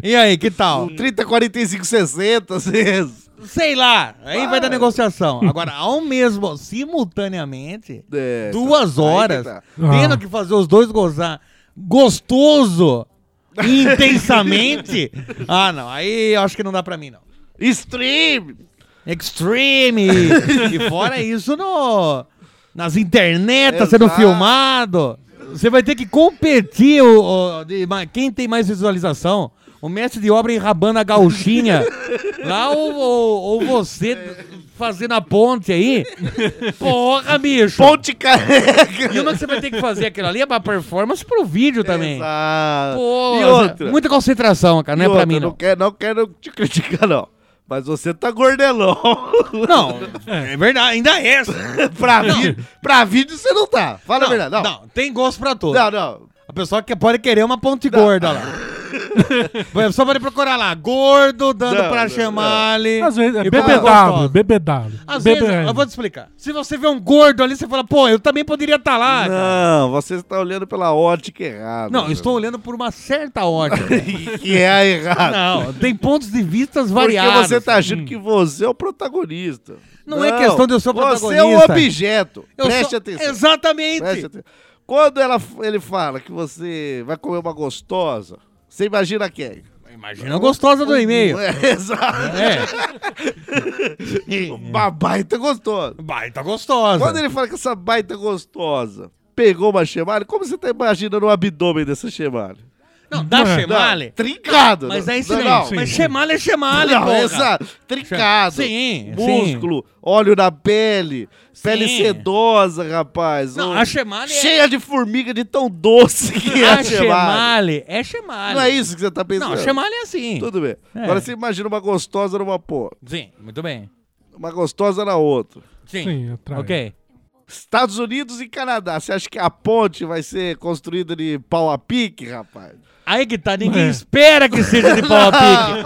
E aí, que tal? pré-datado. 30, 45, 60, às vezes. Sei lá, aí vai dar negociação. Agora, ao mesmo, simultaneamente, É, duas tá- aí que horas, tá. tendo Ah. que fazer os dois gozar *laughs* gostoso, e intensamente. Ah, não, aí eu acho que não dá pra mim, não. Extreme! Extreme! e fora isso, no, nas internetas sendo Exato. filmado. Você vai ter que competir o, o- de ma- quem tem mais visualização. O mestre de obra enrabando a gauchinha. lá ou, ou, ou você fazendo a ponte aí. Porra, bicho! Ponte carrega! E uma que você vai ter que fazer aquilo ali é pra performance pro vídeo também. Exato. Pô, E outra? Muita concentração, cara. Não é E pra outra, mim, não. Não quero, não quero te criticar, não. Mas você tá gordelão. *laughs* Não, é verdade, ainda é essa. pra, vi- pra vídeo você não tá. Fala a verdade. Não, não tem gosto pra todos. Não, não. A pessoa que pode querer uma ponte gorda lá. A pessoa pode procurar lá, gordo, dando Não, pra não, chamar ali. *laughs* Às vezes é e coisa BBW, gostosa. BBW. Às BBL. vezes, eu vou te explicar. Se você vê um gordo ali, você fala, pô, eu também poderia estar lá. Ah, cara. Não, você está olhando pela ótica errada. Não, *laughs* eu estou olhando por uma certa ótica. Que é a errada. Não, tem pontos de vistas Porque variados. você tá achando que você é o protagonista. Não, é questão de eu ser o Você é um protagonista. objeto. Eu Preste sou- atenção. Exatamente. Preste atenção. né? Quando ela, ele fala que você vai comer uma gostosa, você imagina quem? Imagina a gostosa do *laughs* e-mail. É, exato. É. Uma baita gostosa. Baita gostosa. Quando ele fala que essa baita gostosa pegou uma chemale, como você tá imaginando o abdômen dessa chemale? Não, dá é. Não, Chemale. trincado. Mas Não, é isso aí. não, não. Mas Chemale é Chemale, Não, porra. exato. Trincado. Sim, Músculo, óleo na pele, pele sedosa, rapaz. Não, Ô, a Chemale é- Cheia de formiga de tão doce que é a A Chemale. Chemale é Chemale. Não é isso que você tá pensando? Não, Chemale é assim. Tudo bem. É. Agora você imagina uma gostosa numa porra, Sim, muito bem. uma gostosa na outra. Sim. Sim, atrai. ok. Estados Unidos e Canadá. Você acha que a ponte vai ser construída de pau a pique, rapaz? Aí que tá, ninguém espera que seja de pau a pique.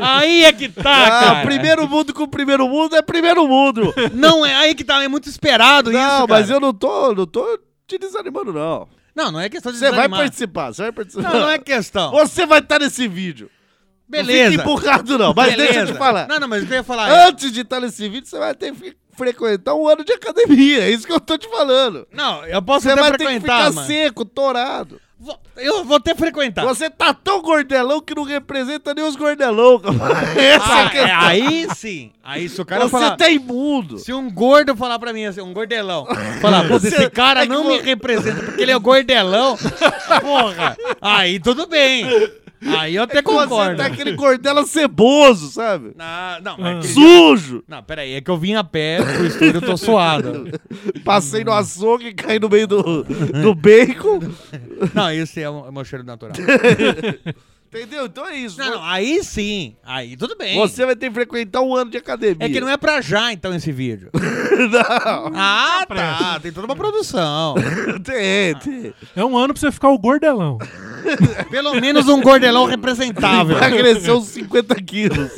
Aí é que tá, Ah, cara. primeiro mundo com primeiro mundo é primeiro *laughs* mundo. Não, é aí que tá, é muito esperado isso, não, cara. mas eu não tô, não tô te desanimando, não. Não, não é questão de Você vai desanimar. participar, você vai participar. Não, não é questão. Você vai estar nesse vídeo. Beleza. Não fica empurrado, não. Mas deixa eu te Beleza. falar. Não, não, mas o que eu ia falar é- Antes de estar nesse vídeo, você vai ter que frequentar um ano de academia. É isso que eu tô te falando. Não, eu posso Você até vai ter que frequentar, ficar mano. seco, torado. Vou- Eu vou até frequentar. Você tá tão gordelão que não representa nem os gordelão, rapaz. *laughs* Essa é a Ah, é, questão. aí sim. Aí se o cara Você falar... tá imundo. Se um gordo falar pra mim assim, um gordelão, falar, pô, *laughs* esse cara é que não vo- me representa porque ele é o gordelão, porra, aí tudo bem. Aí eu até Você concordo. tá aquele gordela ceboso, sabe? Ah, não, é que... Sujo. não, peraí, é que eu vim a pé pro estúdio, eu tô suado. Passei no açougue, caí no meio do, do bacon. Não, esse é o é o meu cheiro natural. Entendeu? Então é isso. Não, não, aí sim, aí tudo bem. Você vai ter que frequentar um ano de academia. É que *laughs* não é pra já, então, esse vídeo. não. é Ah, tá, tem toda uma produção. Tem, tem. É um ano pra você ficar o gordelão. Pelo menos um gordelão representável. Vai crescer uns 50 quilos.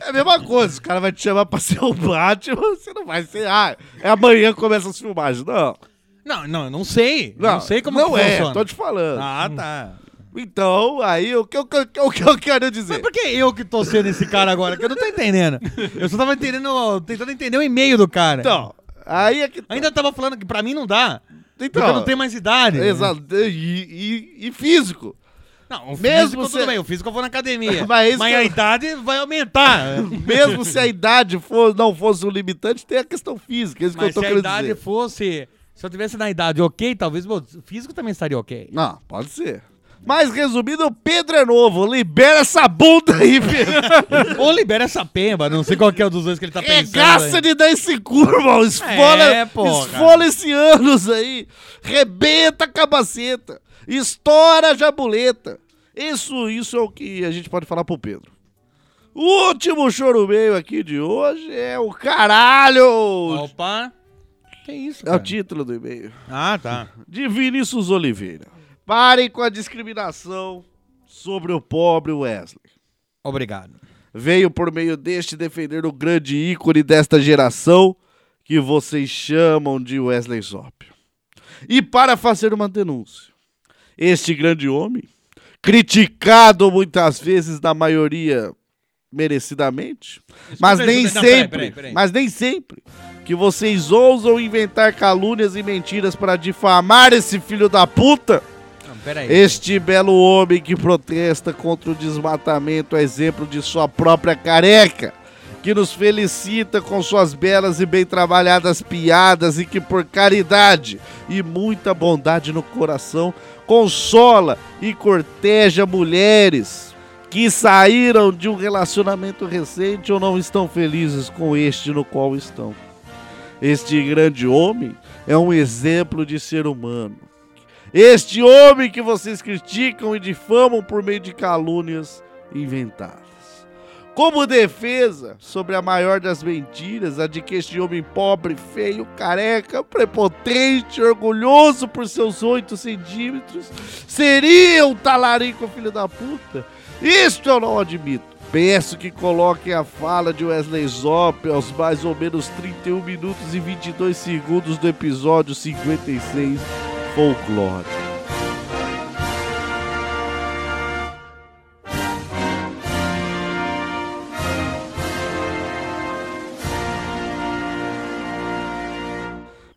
é a mesma coisa. Os caras vão te chamar pra ser o Batman. Você não vai ser. Ah, é amanhã que começa as filmagens. Não. Não, não, eu não sei. Não, Não, não sei como não que é. funciona. Tô te falando. Ah, tá. Então, aí o que, eu- o que eu quero dizer? Por que eu que tô sendo esse cara agora? Que eu não tô entendendo. Eu só tava entendendo, tentando entender o e-mail do cara. Então, aí é que. Ainda tava falando que pra mim não dá. Então. porque eu não tenho mais né? idade. Exato. E, e- e físico. Não, o Mesmo físico se- tudo bem, o físico eu vou na academia. *laughs* Mas é isso Mas que a eu- É idade vai *laughs* aumentar. Mesmo se a idade for, não fosse um limitante, tem a questão física. É isso Mas que eu se tô a querendo idade dizer. fosse... Se eu tivesse na idade ok, talvez meu físico também estaria *laughs* ok. Não, pode ser. Mas resumindo, o Pedro é novo. Libera essa bunda *laughs* aí, Pedro. Ou libera essa pemba, não sei qual que é o dos dois que ele tá pensando. Regaça aí. de dar esse curva, esfola, É, porra. esfola esse ânus aí. Rebenta a cabaceta. Estoura a jabuleta. Isso, isso é o que a gente pode falar pro Pedro. O último choro meio aqui de hoje é o caralho. Opa. Que isso, É o cara? título do e-mail. Ah, tá. de Vinícius Oliveira. Parem com a discriminação sobre o pobre Wesley. Obrigado. Veio por meio deste defender o grande ícone desta geração que vocês chamam de Wesley Zop. E para fazer uma denúncia, este grande homem, criticado muitas vezes na maioria merecidamente, mas ajuda- nem não, peraí, sempre, peraí, peraí. mas nem sempre que vocês ousam inventar calúnias e mentiras para difamar esse filho da puta. Peraí. Este belo homem que protesta contra o desmatamento, a exemplo de sua própria careca, que nos felicita com suas belas e bem trabalhadas piadas e que, por caridade e muita bondade no coração, consola e corteja mulheres que saíram de um relacionamento recente ou não estão felizes com este no qual estão. Este grande homem é um exemplo de ser humano. Este homem que vocês criticam e difamam por meio de calúnias inventadas. Como defesa sobre a maior das mentiras, a de que este homem pobre, feio, careca, prepotente, orgulhoso por seus oito centímetros, seria um talarico filho da puta. Isto eu não admito. Peço que coloquem a fala de Wesley Zop aos mais ou menos 31 minutos e 22 segundos do episódio 56 Folclore.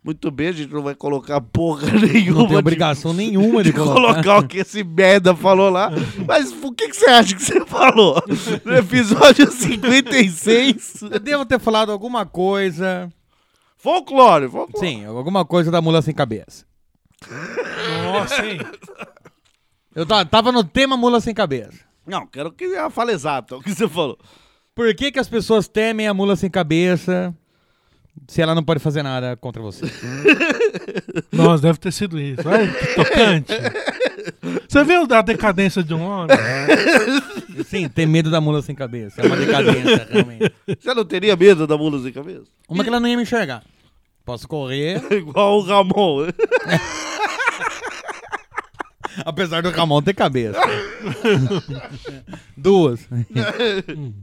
Muito bem, a gente não vai colocar porra *laughs* nenhuma. Não tem de- obrigação *laughs* nenhuma de colocar. colocar o que esse merda falou lá. Mas o que, que você acha que você falou? No episódio *laughs* 56. Eu devo ter falado alguma coisa. Folclore, folclore. Sim, alguma coisa da mula sem cabeça. Nossa, hein? Eu ta- tava no tema mula sem cabeça. Não, quero que é ela fale exato o que você falou. Por que, que as pessoas temem a mula sem cabeça se ela não pode fazer nada contra você? Nossa, deve ter sido isso. Olha que tocante. *laughs* Você viu a decadência de um homem? *laughs* Sim, ter medo da mula sem cabeça. É uma *laughs* decadência, realmente. Você não teria medo da mula sem cabeça? Uma que ela não ia me enxergar. Posso correr, *laughs* Igual o Ramon. *laughs* *laughs* apesar do Ramon ter cabeça. *laughs* Duas. *laughs*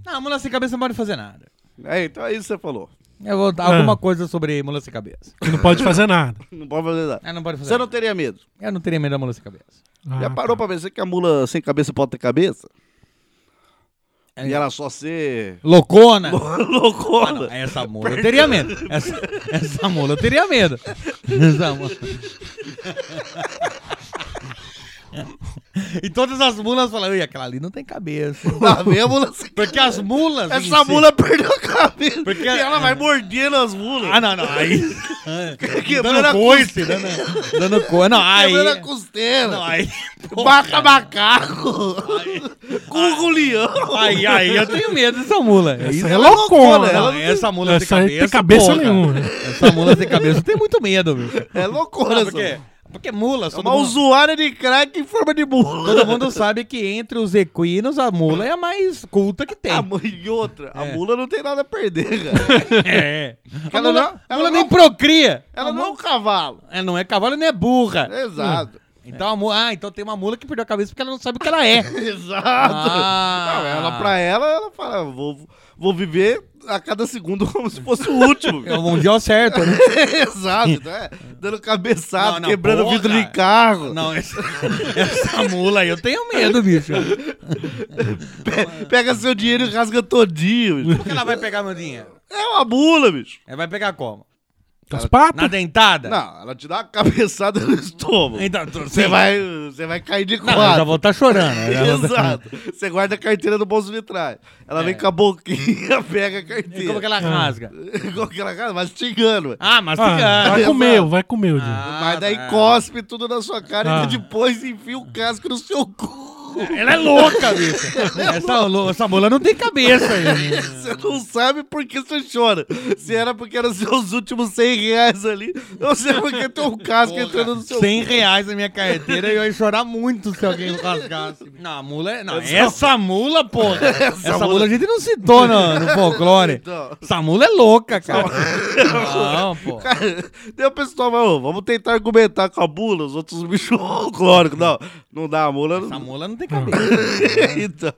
Não, a mula sem cabeça não pode fazer nada. Ah. É, então é isso que você falou. Eu vou dar alguma coisa sobre mula sem cabeça. Que não pode fazer nada. Não pode fazer nada. Eu não pode fazer Você não nada. teria medo. Eu não teria medo da mula sem cabeça. Já Ah, tá. parou pra pensar que a mula sem cabeça pode ter cabeça? É. E ela só ser Loucona! Ah, não, loucona. *laughs* essa mula eu teria medo. Essa, essa mula eu teria medo. Essa mula. E todas as mulas falam, "Ui, aquela ali não tem cabeça. Lá vem a mula sem Porque as mulas. em Essa si- mula perdeu a cabeça. Porque- E ela vai mordendo as mulas. Ah, não, não. Aí. Quebrando a dando coice, dando, dando coice. Não, aí. Quebrando a costela. Não, aí. Mata macaco. *laughs* Cugo leão. Aí, aí eu tenho medo dessa mula. Isso é loucona, Não, ela não essa mula Essa sem aí cabeça. tem cabeça porra. nenhuma. Essa mula sem cabeça tem muito medo, bicho. É loucura Por quê? essa. Porque mula, só Uma usuária de crack em forma de mula. *laughs* Todo mundo sabe que entre os equinos a mula é a mais culta que tem. A mu- e outra, a mula não tem nada a perder, *laughs* cara. É. A Ela não- mula, a ela mula não- nem procria. Ela não é um cavalo. Ela não é cavalo nem é burra. Exato. Então a mula, *laughs* ah, então tem uma mula que perdeu a cabeça porque ela não sabe o que ela *laughs* é. Exato. Ah. Não, ela, pra ela, ela fala, vou, vou viver a cada segundo como se fosse o *laughs* último. É o mundial certo, né? *laughs* Exato, né? Dando cabeçada, Não, não, quebrando o porra. vidro de carro. Não, essa, *laughs* essa mula aí eu tenho medo, bicho. Pe- Pega seu dinheiro e rasga todinho. bicho. Como que ela vai pegar meu dinheiro? É uma mula, bicho. Ela vai pegar como? Com as patas? Na dentada? Não, ela te dá uma cabeçada no estômago. Então, tô- Você sim. vai, você vai cair de Não, eu já quatro. vou estar chorando. eu já vou tá- Exato. Você guarda a carteira no bolso vitrais. Ela vem com a boquinha, *laughs* pega a E Como que carteira. ela rasga? Igual aquela cara, mastigando. ué. Ah, mas Ah, vai Exato. comer, vai comer, Diogo. Mas daí cospe tudo na sua cara Ah. e depois enfia o casco no seu cu. Ela é louca, bicho. *laughs* Essa, lou- essa mula não tem cabeça. né? *laughs* hein? Você não sabe por que você chora. Se era porque eram seus últimos 100 reais ali, ou se era porque tem um casco entrando no seu 100 reais na minha carteira e eu ia chorar muito se alguém rasgasse. *laughs* Não, a mula é. Não, essa mula, porra. *laughs* Essa, mula... a gente não citou no, no *laughs* folclore. Então. Essa mula é louca, cara. Não, pô. Daí o pessoal *laughs* vai, "Ô, vamos tentar argumentar com a mula, os outros bichos folclóricos. Não, não dá, a mula Essa não. *laughs* mula não tem cabeça. então,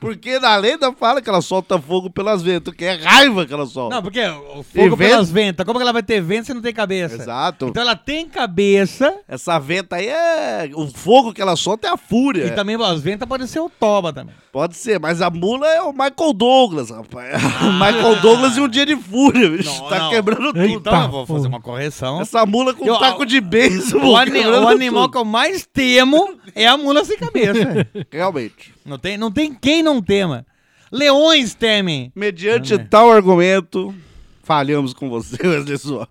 porque na lenda fala que ela solta fogo pelas ventas, que é raiva que ela solta. Não, porque o vento? fogo pelas ventas. Como que ela vai ter vento se não tem cabeça? Exato. Então ela tem cabeça Essa venta aí é. O fogo que ela solta é a fúria. e também as ventas podem ser o toba também. Pode ser, mas a mula é o Michael Douglas, rapaz. *laughs* Michael Douglas e um dia de fúria, bicho. Ah. Não, tá não. quebrando tudo. Então eu vou fazer uma correção. Essa mula com um Eu- taco de beisebol. O, ani- quebrando o animal tudo. que eu mais temo é a mula sem *laughs* cabeça. Realmente. não, tem, não tem quem não tema. Leões temem. Mediante tal argumento, falhamos com você, *laughs* Wesley Suave.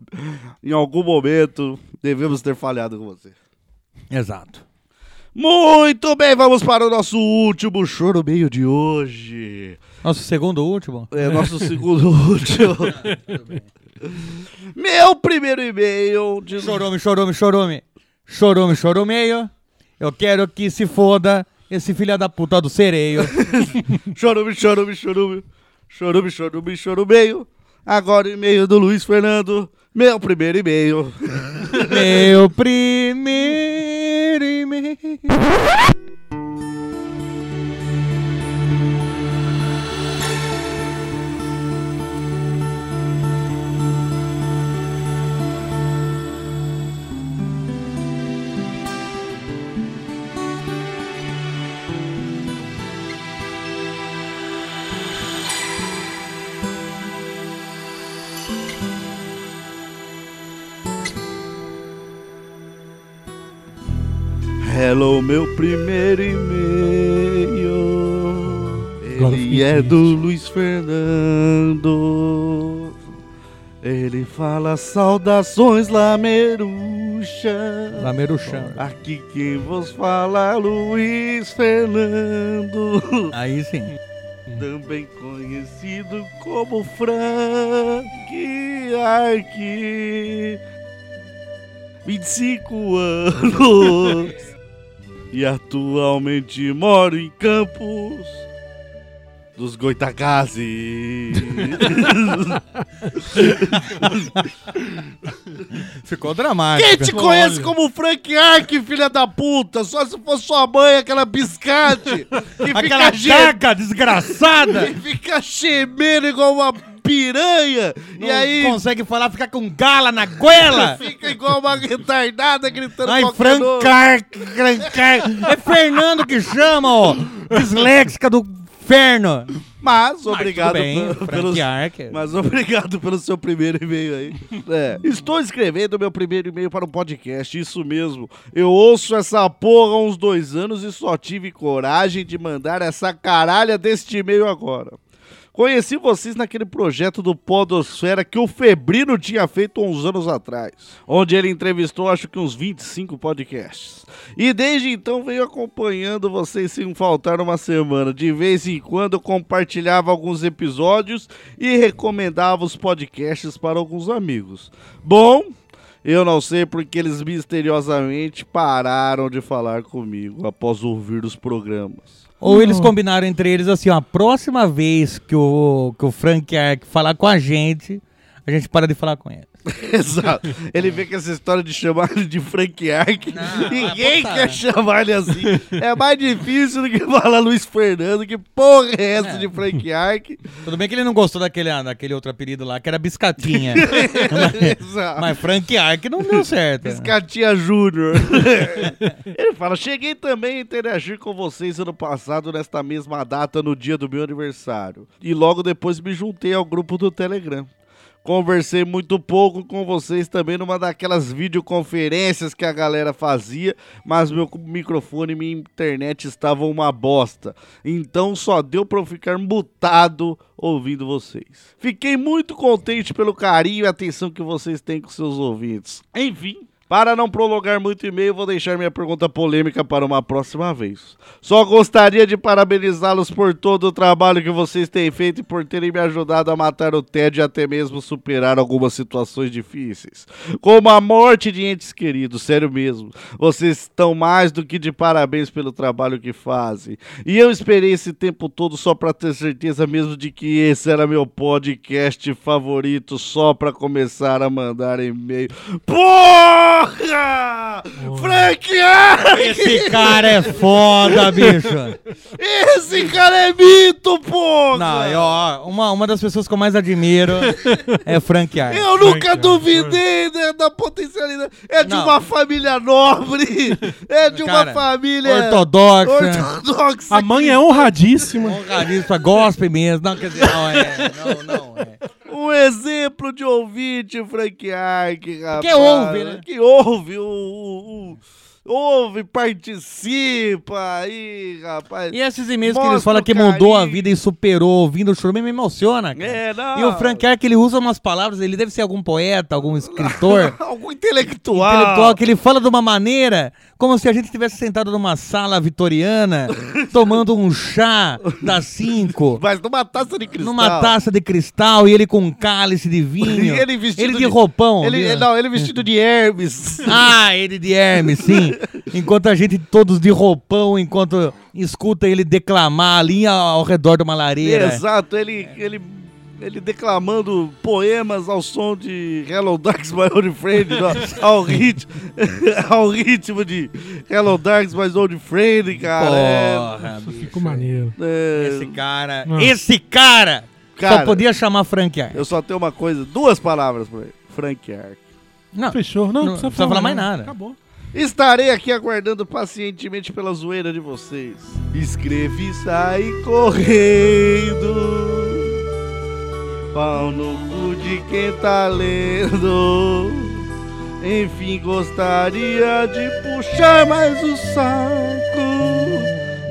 Em algum momento, devemos ter falhado com você. Exato. Muito bem, vamos para o nosso último choro meio de hoje. Nosso segundo último. É nosso segundo *laughs* *laughs* último. Meu primeiro e-mail de Chorume, chorume, chorume. Chorume, chorumeio. Eu quero que se foda esse filho da puta do *laughs* sereio. Chorume, chorume, chorume. Chorume, chorume, chorumeio. Agora o e-mail do Luiz Fernando. Meu primeiro e-mail. Meu primeiro e-mail. Hello, meu primeiro e-mail. Agora eu Ele fiquei é triste. do Luiz Fernando. Ele fala saudações, Lameruxa. Lameruchão. Aqui quem vos fala é Luiz Fernando. Aí sim. também conhecido como Frank Ark. 25 anos e atualmente moro em Campos dos Goitacazes. Ficou dramático. *laughs* Quem te conhece como Frank Ark, filha da puta? Só se for sua mãe, aquela biscate que Aquela fica ge- jaca desgraçada. que fica gemendo igual uma piranha. e aí consegue falar, ficar com gala na *laughs* goela. Fica igual uma retardada gritando Ai, qualquer nome. Francar, Francar. É Fernando que chama, ó. Disléxica do inferno. Mas obrigado tudo bem, pe- Frank Archer. Mas obrigado pelo seu primeiro e-mail aí. É, estou escrevendo meu primeiro e-mail para um podcast, isso mesmo. Eu ouço essa porra há uns dois anos e só tive coragem de mandar essa caralha deste e-mail agora. Conheci vocês naquele projeto do Podosfera que o Febrino tinha feito uns anos atrás, onde ele entrevistou acho que uns 25 podcasts. E desde então venho acompanhando vocês sem faltar uma semana. De vez em quando eu compartilhava alguns episódios e recomendava os podcasts para alguns amigos. Bom, eu não sei porque eles misteriosamente pararam de falar comigo após ouvir os programas. Ou eles combinaram entre eles assim, ó. A próxima vez que o, que o Frank Ark falar com a gente, a gente para de falar com ele. *laughs* Exato. Ele vê que essa história de chamar ele de Frank Ark, Não, ninguém vai botar, quer né? chamar ele assim. É mais difícil do que falar Luiz Fernando, que porra é essa de Frank Ark? Tudo bem que ele não gostou daquele, ah, daquele outro apelido lá, que era *laughs* Biscatinha. Exato. Mas Frank Ark não deu certo. Piscatinha é Júnior. *laughs* Ele fala: Cheguei também a interagir com vocês ano passado, nesta mesma data, no dia do meu aniversário. E logo depois me juntei ao grupo do Telegram. Conversei muito pouco com vocês também numa daquelas videoconferências que a galera fazia, mas meu microfone e minha internet estavam uma bosta. Então só deu pra eu ficar mutado ouvindo vocês. Fiquei muito contente pelo carinho e atenção que vocês têm com seus ouvintes. Enfim, para não prolongar muito o e-mail, vou deixar minha pergunta polêmica para uma próxima vez. Só gostaria de parabenizá-los por todo o trabalho que vocês têm feito e por terem me ajudado a matar o tédio e até mesmo superar algumas situações difíceis, como a morte de entes queridos, sério mesmo. Vocês estão mais do que de parabéns pelo trabalho que fazem. E eu esperei esse tempo todo só para ter certeza mesmo de que esse era meu podcast favorito, só para começar a mandar e-mail. Pô! Porra! Frank! Esse cara é foda, bicho. Esse cara é mito, porra! Não, eu, ó, uma, uma das pessoas que eu *laughs* mais admiro é Frank Iron. Eu nunca duvidei né, da potencialidade. É de Não. uma família nobre. É de uma Cara, família. ortodoxa. Ortodoxa. A mãe é honradíssima. Honradista, gospel mesmo. Não, quer dizer, não é. Não, não é. Um exemplo de ouvinte, Frank Ark, rapaz. ouve, né? Que ouve, o, o- o- ouve, participa aí, rapaz. E é esses e-mails que Mostra eles falam o que mudou a carinho. vida e superou ouvindo o churume me emociona, cara. É, não. E o Frank Ark, ele usa umas palavras, ele deve ser algum poeta, *laughs* algum escritor. *laughs* Algum intelectual. intelectual que ele fala de uma maneira como se a gente estivesse sentado numa *laughs* sala vitoriana, tomando um chá das cinco, Mas numa taça de cristal. numa taça de cristal e ele com um *laughs* cálice de E vinho. ele vestido de, roupão. Ele, é viu? não, ele vestido de *laughs* Hermes. Ah, ele de Hermes, sim. Enquanto a gente todos de roupão, enquanto escuta ele declamar ali ao ao redor de uma lareira. Exato, ele, É. ele, ele declamando poemas ao som de Hello Darks, My Old Friend, no- *laughs* ao, ritmo, *laughs* ao ritmo de Hello Darks, My Old Friend, cara. é- Porra, bicho. Ficou maneiro. é- Esse cara, Não. esse cara, Cara. só podia chamar Frank Iron. eu só tenho uma coisa, duas palavras pra ele. Frank Ark. Não, Fechou. Não, não precisa falar, mais nada. Acabou. Estarei aqui aguardando pacientemente pela zoeira de vocês. Escrevi saí correndo. Pau no cu de quem tá lendo. Enfim, gostaria de puxar mais o saco.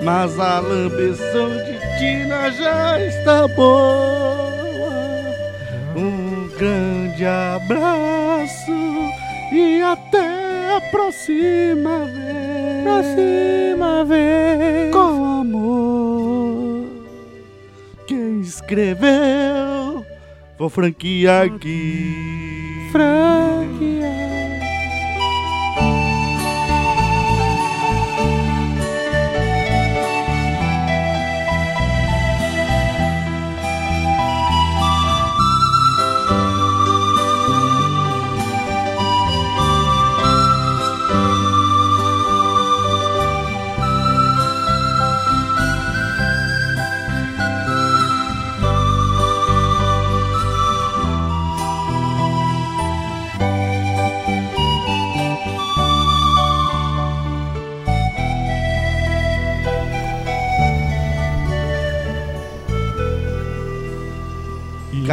Mas a lambeção de Tina já está boa. Um grande abraço e até a próxima vez. Próxima vez. Com amor. Quem escreveu vou franquear aqui. Franquear.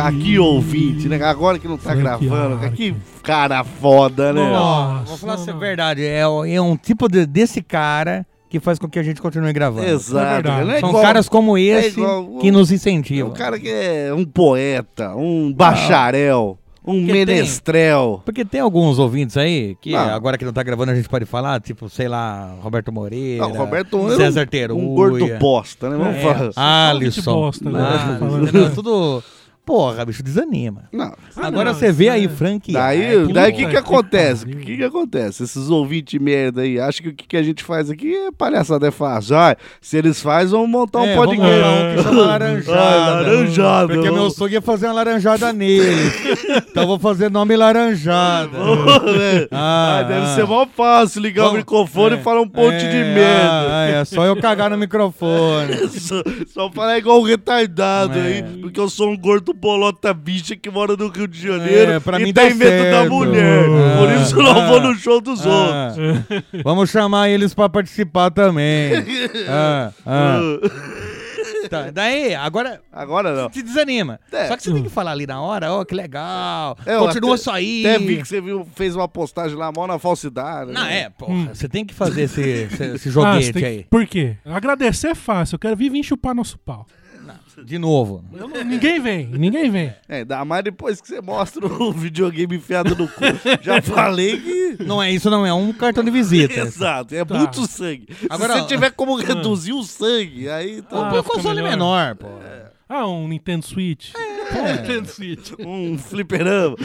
Aqui ouvinte, né? Agora que não tá Frank gravando, cara, Ark. que cara foda, né? Não, vou falar não, se é não. verdade. É, o- é um tipo de- desse cara que faz com que a gente continue gravando. É Exato. verdade. não é São igual- caras como esse igual- que nos É incentivam. um cara que é um poeta, um bacharel, um Porque tem. menestrel. Porque tem alguns ouvintes aí que Ah. agora que não tá gravando a gente pode falar, tipo, sei lá, Roberto Moreira, Não, Roberto Moreira é um- César Teruya, Um gordo bosta, né? Vamos é, falar. Alisson. Fala de bosta, né? Ah, Tô falando. entendeu? tudo... Porra, bicho, desanima. Não. agora não, você isso vê é- aí, Frank. Daí, Ark, daí o puta que que que acontece? O pariu. que que acontece? Esses ouvintes merda aí, acho que o que que a gente faz aqui é palhaçada, é fácil. Ah, se eles fazem, vamos montar um É, vamos podcast. montar um que chama Laranjada. né? Ah, laranjada. Porque *laughs* meu sonho é fazer uma *laughs* laranjada nele. então eu vou fazer nome laranjada. né? Ah, Ah, deve ah. ser mó fácil ligar o Vamos- microfone e é, falar um monte é, de merda. ah, é só eu cagar no *laughs* microfone. Só, só falar igual um retardado É. aí, porque eu sou um gordo bolota bicha que mora no Rio de Janeiro É, pra e mim tem tá medo da certo. mulher. Ah, Por isso eu não ah, vou no show dos Ah, vamos chamar eles pra participar *laughs* também. Ah, ah. outros. Tá, daí, agora Agora não. se desanima. É. Só que você tem que falar ali na hora, ó, que legal. É, eu Continua até- só aí. Até vi que você viu, fez uma postagem lá, mó na falsidade. Não, né? é, porra. Você tem que fazer esse, *laughs* esse, esse Ah, joguete você tem que- aí. Por quê? Agradecer é fácil. Eu quero vir vir chupar nosso pau. De novo. Eu não- ninguém vem, ninguém vem. É, ainda mais depois que você mostra o *laughs* videogame enfiado no cu. Já *laughs* falei *laughs* que. Não é isso, não é um cartão de visita. Exato, é muito sangue. Tá. Agora- ah. Se você tiver como reduzir o sangue, aí tá. Põe o Ah, fica Um console melhor. menor, pô. Ah, um Nintendo Switch. É. Nintendo Ah. Switch. um *laughs* fliperama.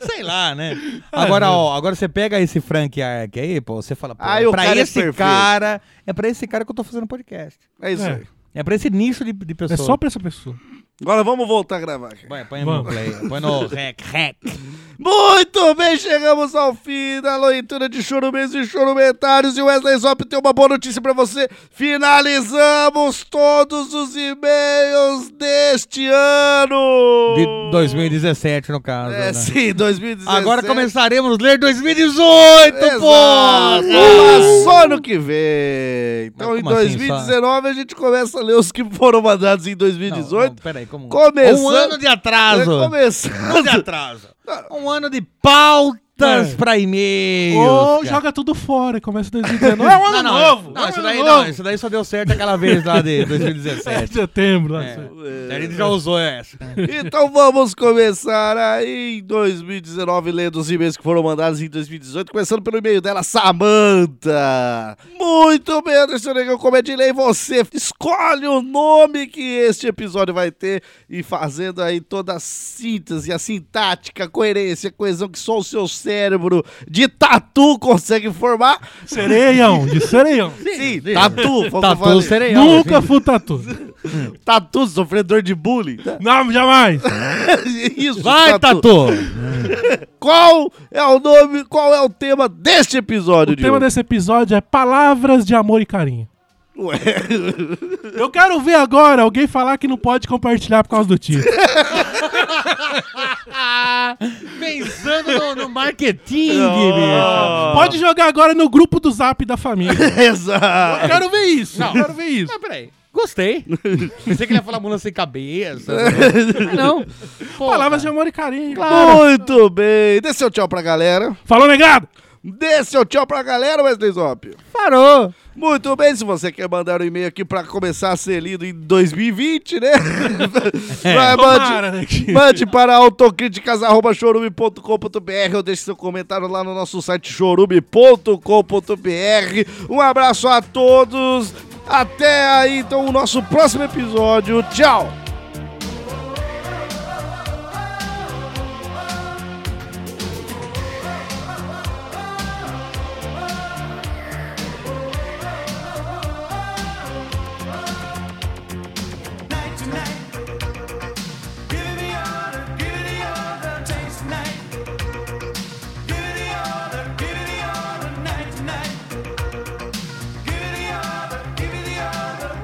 Sei lá, né? *laughs* Agora, ó, agora você pega esse Frank Ark aí, pô, você fala, pô, Aí é o pra cara é esse perfeito. cara, é pra esse cara que eu tô fazendo podcast. É isso É. aí. É pra esse nicho de, de É pessoas. só pra essa pessoa. Agora vamos voltar a gravar. aqui. Vai, põe no play. Põe *laughs* no rec, rec. Muito bem, chegamos ao fim da leitura de chorumês e chorumentários. E o Wesley Zop tem uma boa notícia pra você. Finalizamos todos os e-mails deste ano. De 2017, no caso. É, né? sim, 2017. Agora começaremos a ler 2018, Exato, É, porra! mas só no que vem. Então, Mas em como assim, 2019, a gente começa a ler os que foram mandados em 2018. Não, peraí, como... Começando- Um ano de atraso. É, começando- Um ano de atraso. Um ano de pautas É. pra e-mail. Ou joga tudo fora e começa 2019. É um não, ano não, novo! Não, é um isso ano daí novo. não. Isso daí só deu certo aquela vez lá *laughs* de *laughs* É 2017. setembro. lá, É. assim. A gente já usou essa. Então vamos começar aí em 2019, lendo os e-mails que foram mandados em 2018, começando pelo e-mail dela, Samanta. Muito bem, Anderson Negão, como é de lei, você escolhe o nome que este episódio vai ter e fazendo aí toda a síntese, a sintática, a coerência, a coesão que só o seu cérebro de tatu consegue formar. Sereião, de sereião. Sim, tatu, foi o que eu Tatu falei. é sereião. Nunca fui tatu. Tatu, sofredor de bullying. *laughs* tá? Não, jamais. Isso, Vai, Tatu! Qual é o nome, qual é o tema deste episódio O de tema hoje? desse episódio é palavras de amor e carinho. Ué, Eu quero ver agora alguém falar que não pode compartilhar por causa do título. Pensando no, no marketing, bicho. Pode jogar agora no grupo do zap da família. *laughs* Exato. Quero ver isso. Quero ver isso. Não, Ah, peraí. *laughs* Gostei. Pensei que ele ia falar mula sem cabeça. Ah, não. Pô, Palavras de amor e carinho. Muito bem. Dê seu tchau pra galera. Falou, negado! Dê seu tchau pra galera, Wesley Zop. Parou. Muito bem, se você quer mandar um e-mail aqui pra começar a ser lido em 2020, *laughs* né? Vai, tomara, né, mande, que- mande para autocríticas.chorume.com.br ou deixe seu comentário lá no nosso site chorume.com.br. Um abraço a todos. Até aí, então, o nosso próximo episódio. Tchau! night to night. Give it the order, give it the order, taste night. Give it the order, give it the order, night to night. Give it the order, give it the order.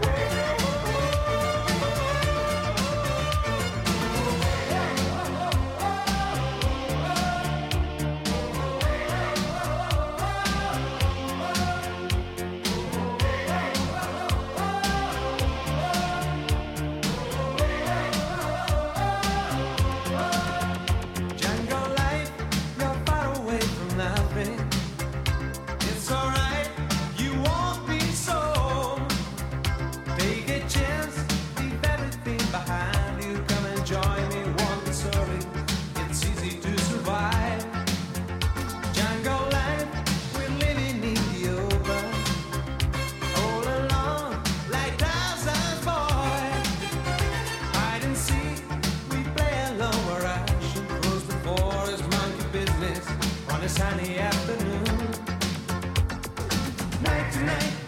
Jungle life, you're far away from nothing. It's alright, you won't be so. Take a chance, leave everything behind you. Come and join me, won't be sorry. It's easy to survive. Jungle life, we're living in the open. All alone, like thousands boys. Hide and seek, we play alone where I shoot close the forest, monkey business on a sunny afternoon. Night to night, Oh,